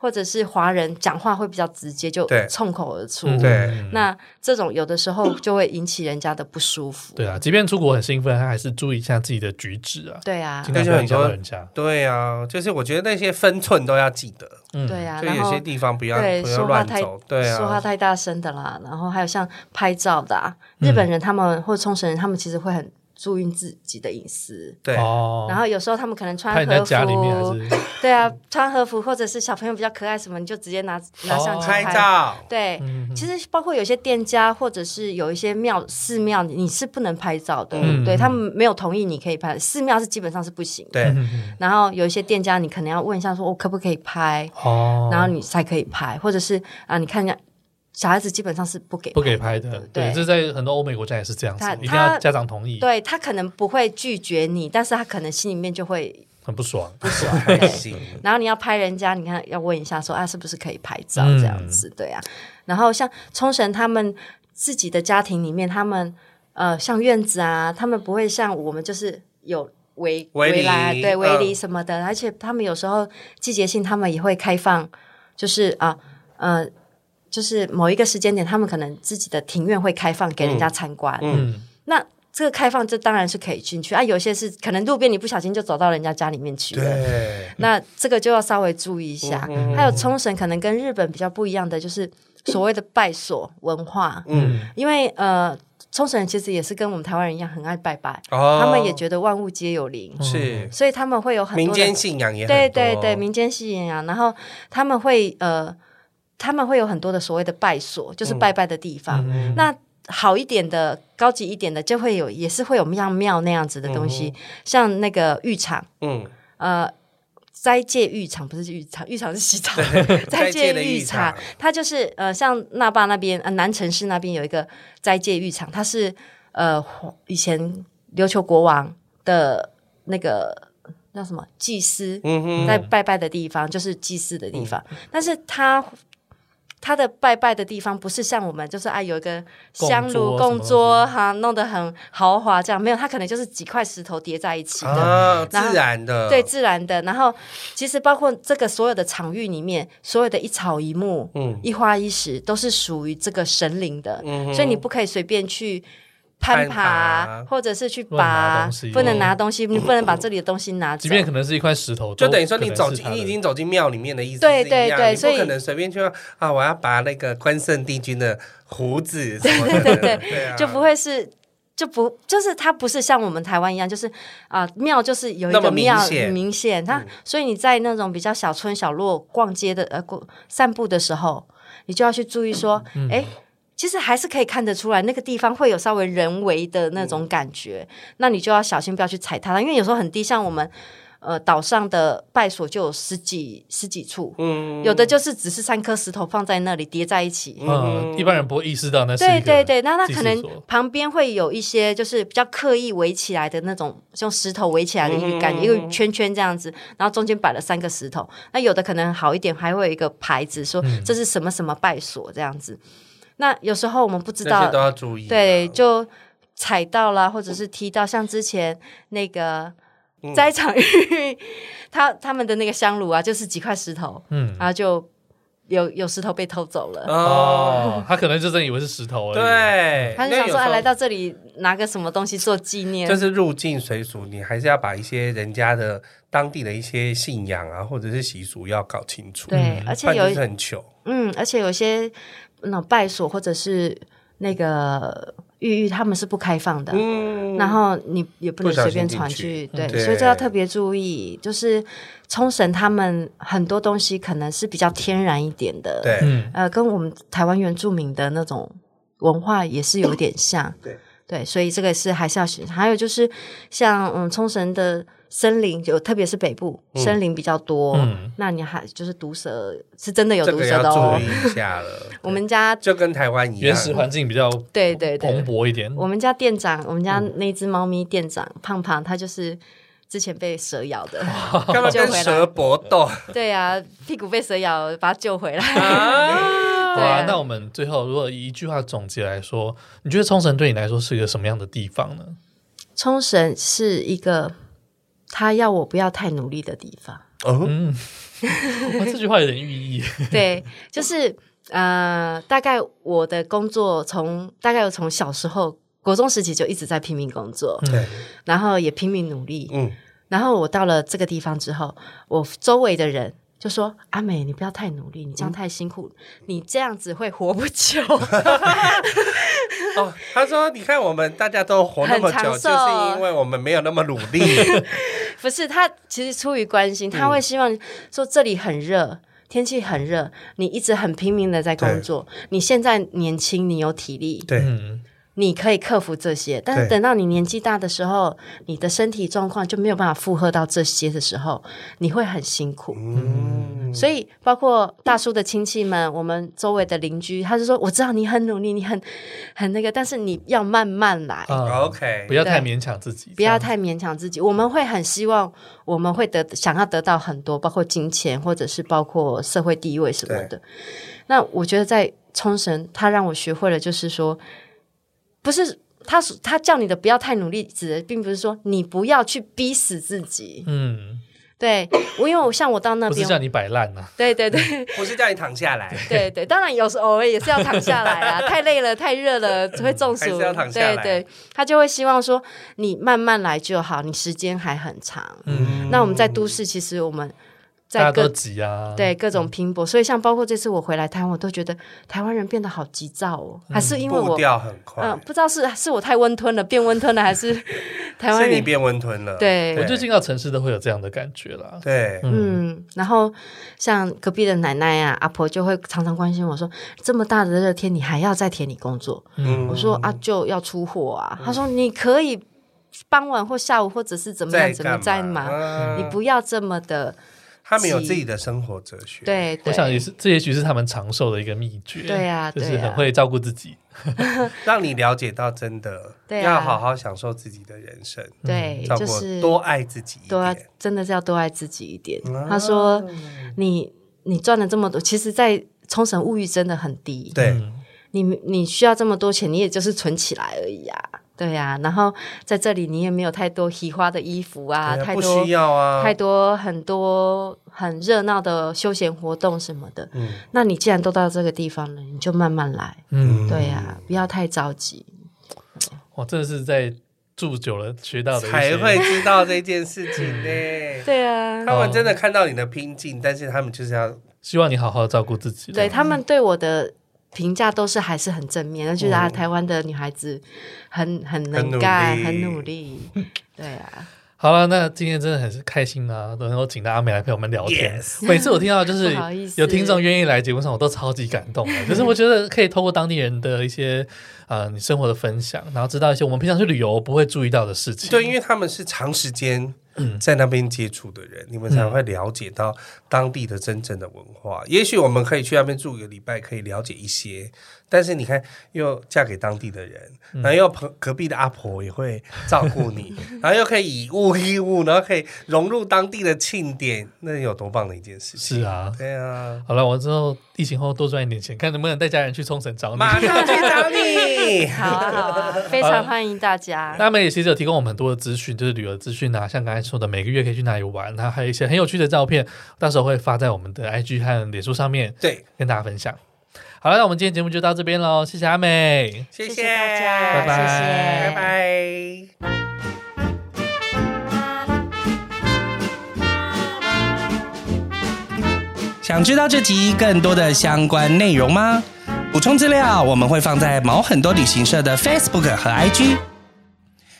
或者是华人讲话会比较直接，就
对
冲口而出。
嗯，
对
那这种有的时候就会引起人家的不舒服。
对啊，即便出国很兴奋，他还是注意一下自己的举止啊，
对啊
尽，量不要影响到人家。
对啊，就是我觉得那些分寸都要记得，
嗯，
对啊，
就
然
有
后
些地方不要
对
不要
说话
乱
太
走，对
说话
啊，
太大声的啦，然后还有像拍照的、啊，日本人他们或冲绳人，他们其实会很注意自己的隐私。
对，
哦，
然后有时候他们可能穿
怕你在
和
家里面还
服，
是
对啊，穿和服或者是小朋友比较可爱什么，你就直接拿
哦
拿相机
拍照，
嗯
对，其实包括有些店家或者是有一些庙寺庙，你是不能拍照的，
嗯
对他们没有同意你可以拍，寺庙是基本上是不行的。
对，
然后有一些店家，你可能要问一下说，我、哦可不可以拍，
哦，
然后你才可以拍，或者是啊，你看人家小孩子基本上是不给
不给拍的，对，
对
这在很多欧美国家也是这样子
他，
一定要
他
家长同意，
对他可能不会拒绝你，但是他可能心里面就会
很不爽。
不爽。
还
对
行，
然后你要拍人家，你看要问一下说啊，是不是可以拍照
嗯
这样子？对啊。然后像冲绳他们自己的家庭里面，他们呃像院子啊，他们不会像我们就是有围
围篱
栏，对
嗯
围篱什么的，而且他们有时候季节性他们也会开放，就是啊呃。就是某一个时间点，他们可能自己的庭院会开放给人家参观。
嗯，
那这个开放，这当然是可以进去啊。有些是可能路边你不小心就走到人家家里面去了，
对，嗯
那这个就要稍微注意一下。还有冲绳可能跟日本比较不一样的，就是所谓的拜所文化，
嗯，
因为呃，冲绳人其实也是跟我们台湾人一样很爱拜拜，
哦，
他们也觉得万物皆有灵，
是
所以他们会有很多
民
的
间信仰也很
对对
多
对，民间信仰，然后他们会呃，他们会有很多的所谓的拜所，就是
嗯
拜拜的地方。那好一点的、高级一点的，就会有也是会有像庙那样子的东西，像那个浴场，
嗯，
呃。斋戒浴场不是浴场，浴场是洗澡。
斋戒的
浴
浴场，
它就是呃，像那霸那边呃，南城市那边有一个斋戒浴场，它是呃以前琉球国王的那个叫什么祭司，
嗯哼，嗯
在拜拜的地方，就是祭祀的地方。但是他他的拜拜的地方不是像我们，就是哎有一个香
供桌什么
炉供桌哈，弄得很豪华这样。没有，他可能就是几块石头叠在一起的。
啊，
然后
自然的，
对，自然的。然后其实包括这个所有的场域里面，所有的一草一木、
嗯
一花一石，都是属于这个神灵的，
嗯哼
所以你不可以随便去。
攀
攀
爬
爬，或者是去
乱拿
拔
东西，
不能拿东西，你不能把这里的东西拿走。
即便可能是一块石头，
就
都
等于说
可
你
能
走
是
进，
他
你
的
已经走进庙里面的意思
对
是一样
对对
你
所以
不可能随便就啊，我要拔那个关圣帝君的胡子什么
对
的，
对
对啊，
就不会是。就不就是它不是像我们台湾一样，就是啊庙就是有一
那么
个
明
庙
显嗯
明显，它、所以你在那种比较小村小落逛街的呃过散步的时候，你就要去注意说，
嗯
哎、其实还是可以看得出来那个地方会有稍微人为的那种感觉，那你就要小心不要去踩踏它，因为有时候很低，像我们呃岛上的拜所就有十几十几处，
嗯，
有的就是只是三颗石头放在那里叠在一起，
嗯，一般人不会意识到那是
对
一个
对对，那那
祭
可
祀
能
所
旁边会有一些就是比较刻意围起来的那种，用石头围起来的一个感
嗯
觉，一个圈圈这样子，然后中间摆了三个石头。那有的可能好一点，还会有一个牌子说
嗯
这是什么什么拜所这样子。那有时候我们不知
这些
道
都，要注意啊，
对，就踩到啦，或者是踢到，像之前那个。
嗯
斋场浴，他他们的那个香炉啊，就是几块石头，
嗯
然后就有有石头被偷走了，
哦，
哦，他可能就真的以为是石头而已。
对，
他就
因为有
想说，
时
哎，
候
来到这里拿个什么东西做纪念，
就是入境随俗，你还是要把一些人家的当地的一些信仰啊，或者是习俗要搞清楚，
嗯
对，而
不
且
然就是
有
很糗，
嗯，而且有些那种拜所或者是那个玉玉，他们是不开放的，
嗯，
然后你也不能
不小
随
心
便传
进去嗯
去，对，
对
所以这要特别注意。就是冲绳他们很多东西可能是比较天然一点的，
对，
嗯，
呃，跟我们台湾原住民的那种文化也是有点像。
对
对，所以这个是还是要学。还有就是像嗯，冲绳的森林，就特别是北部、森林比较多，
嗯
那你还就是毒蛇是真的有
这
毒
个
蛇
要
的哦
注。意一下了。
我们家
就跟台湾一样，
原始环境比较
对对
蓬
对，
勃一点。
嗯
我们家店长，我们家那只猫咪店长胖胖，它就是之前被蛇咬的，
干嘛
就
跟
回来
蛇搏斗？
对啊，屁股被蛇咬，把它救回来。
啊
对
哇
啊，
那我们最后如果以一句话总结来说，你觉得冲绳对你来说是一个什么样的地方 呢？
冲绳是一个他要我不要太努力的地方，
哦，
嗯，哇，这句话有点寓意。
对，就是呃，大概我的工作从大概我从小时候。国中时期就一直在拼命工作，
对，
然后也拼命努力。
嗯，
然后我到了这个地方之后，我周围的人就说：“阿美，你不要太努力，你这样太辛苦，你这样子会活不久。
哦，他说，你看我们大家都活那么久，
很长
就
寿哦
是因为我们没有那么努 力。”
不是他，其实出于关心，他会希望说这里很热。天气很热，你一直很拼命的在工作。你现在年轻，你有体力，
对，
嗯，
你可以克服这些。但是
对
等到你年纪大的时候，你的身体状况就没有办法负荷到这些的时候，你会很辛苦。
嗯，
所以，包括大叔的亲戚们，我们周围的邻居，他就说：“我知道你很努力，你很很那个，但是你要慢慢来，
啊
OK，
不要太
对
勉强自己，
不要
啊
这样
太勉强自己。”我们会很希望，我们会得想要得到很多，包括金钱，或者是包括社会地位什么的。那我觉得在冲绳，他让我学会了，就是说，不是他他叫你的不要太努力，指的并不是说你不要去逼死自己。
嗯，
对我，因为我像我到那
不是
边
叫，你摆烂呐。啊
对对对。
不是叫你躺下来，
对对，当然有时偶尔也是要躺下来啊，太累了、太热了会中暑。
还是要躺下来
对对，他就会希望说你慢慢来就好，你时间还很长。
嗯
那我们在都市，其实我们
大家
在
都
各
急啊，
对
嗯
各种拼搏，所以像包括这次我回来台湾，我都觉得台湾人变得好急躁哦，还是因为
嗯步
我
调很
嗯、
快，
不知道是是我太温吞了，变温吞了，还是台
是
湾
你
人
变温吞了。
对
我就进到城市都会有这样的感觉啦。
对，
嗯，然后像隔壁的奶奶啊、阿婆就会常常关心我说：“这么大的热天，你还要在田里工作？”
嗯
我说：“啊，就要出货啊。”她说：“你可以傍晚或下午，或者是怎么样
在
怎么样
干
再
嘛？
忙，
嗯
你不要这么的
他们有自己的生活哲学。，
对
我
对
想也是，这也许是他们长寿的一个秘诀。
对啊
就是
对啊
很会照顾自己。
让你了解到真的
对啊
要好好享受自己的人生，
对，
照
就是
顾嗯多爱自己一
多爱
点。啊
真的是要多爱自己一点。”她说：“你你赚了这么多，其实，在冲绳物欲真的很低。”
对，
嗯
你你需要这么多钱，你也就是存起来而已啊，对呀、然后在这里你也没有太多奇花的衣服啊，
对啊
太
不
多
需、要啊
太。多很多很热闹的休闲活动什么的。
嗯
那你既然都到这个地方了，你就慢慢来，
嗯，
对啊呀、不要太着急。
哇，真的是在住久了学到的一
才
些
会知道这件事情呢。
对啊，
他们真的看到你的拼劲，但是他们就是要
希望你好好照顾自己。
对，他们对我的。评价都是还是很正面的，觉得啊，台湾的女孩子很很
很努力
能干，很努力，对啊，
好了，那今天真的很开心啊，能够请到阿美来陪我们聊天。
Yes
每次我听到就是
不好意思
有听众愿意来节目上，我都超级感动 的。就是我觉得可以透过当地人的一些呃你生活的分享，然后知道一些我们平常去旅游不会注意到的事情。
对，因为他们是长时间在那边接触的人，你们才会了解到当地的真正的文化。也许我们可以去那边住一个礼拜，可以了解一些，但是你看，又嫁给当地的人，然后又朋隔壁的阿婆也会照顾 你，然后又可以以物易物，然后可以融入当地的庆典，那有多棒的一件事情！
是啊，
对啊，
好了，我之后疫情后多赚一点钱，看能不能带家人去冲绳找你。
马上去找你。
好啊好啊，非常欢迎大家。
那他们也其实有提供我们很多的资讯，就是旅游资讯啊，像刚才说的，每个月可以去哪里玩，然后还有一些很有趣的照片，到时候会发在我们的 IG 和脸书上面
对，
跟大家分享。好了，那我们今天节目就到这边喽，谢谢阿美。
谢
谢谢大家
拜拜
拜
谢谢
拜。想知道这集更多的相关内容吗？补充资料我们会放在毛很多旅行社的 Facebook 和 IG，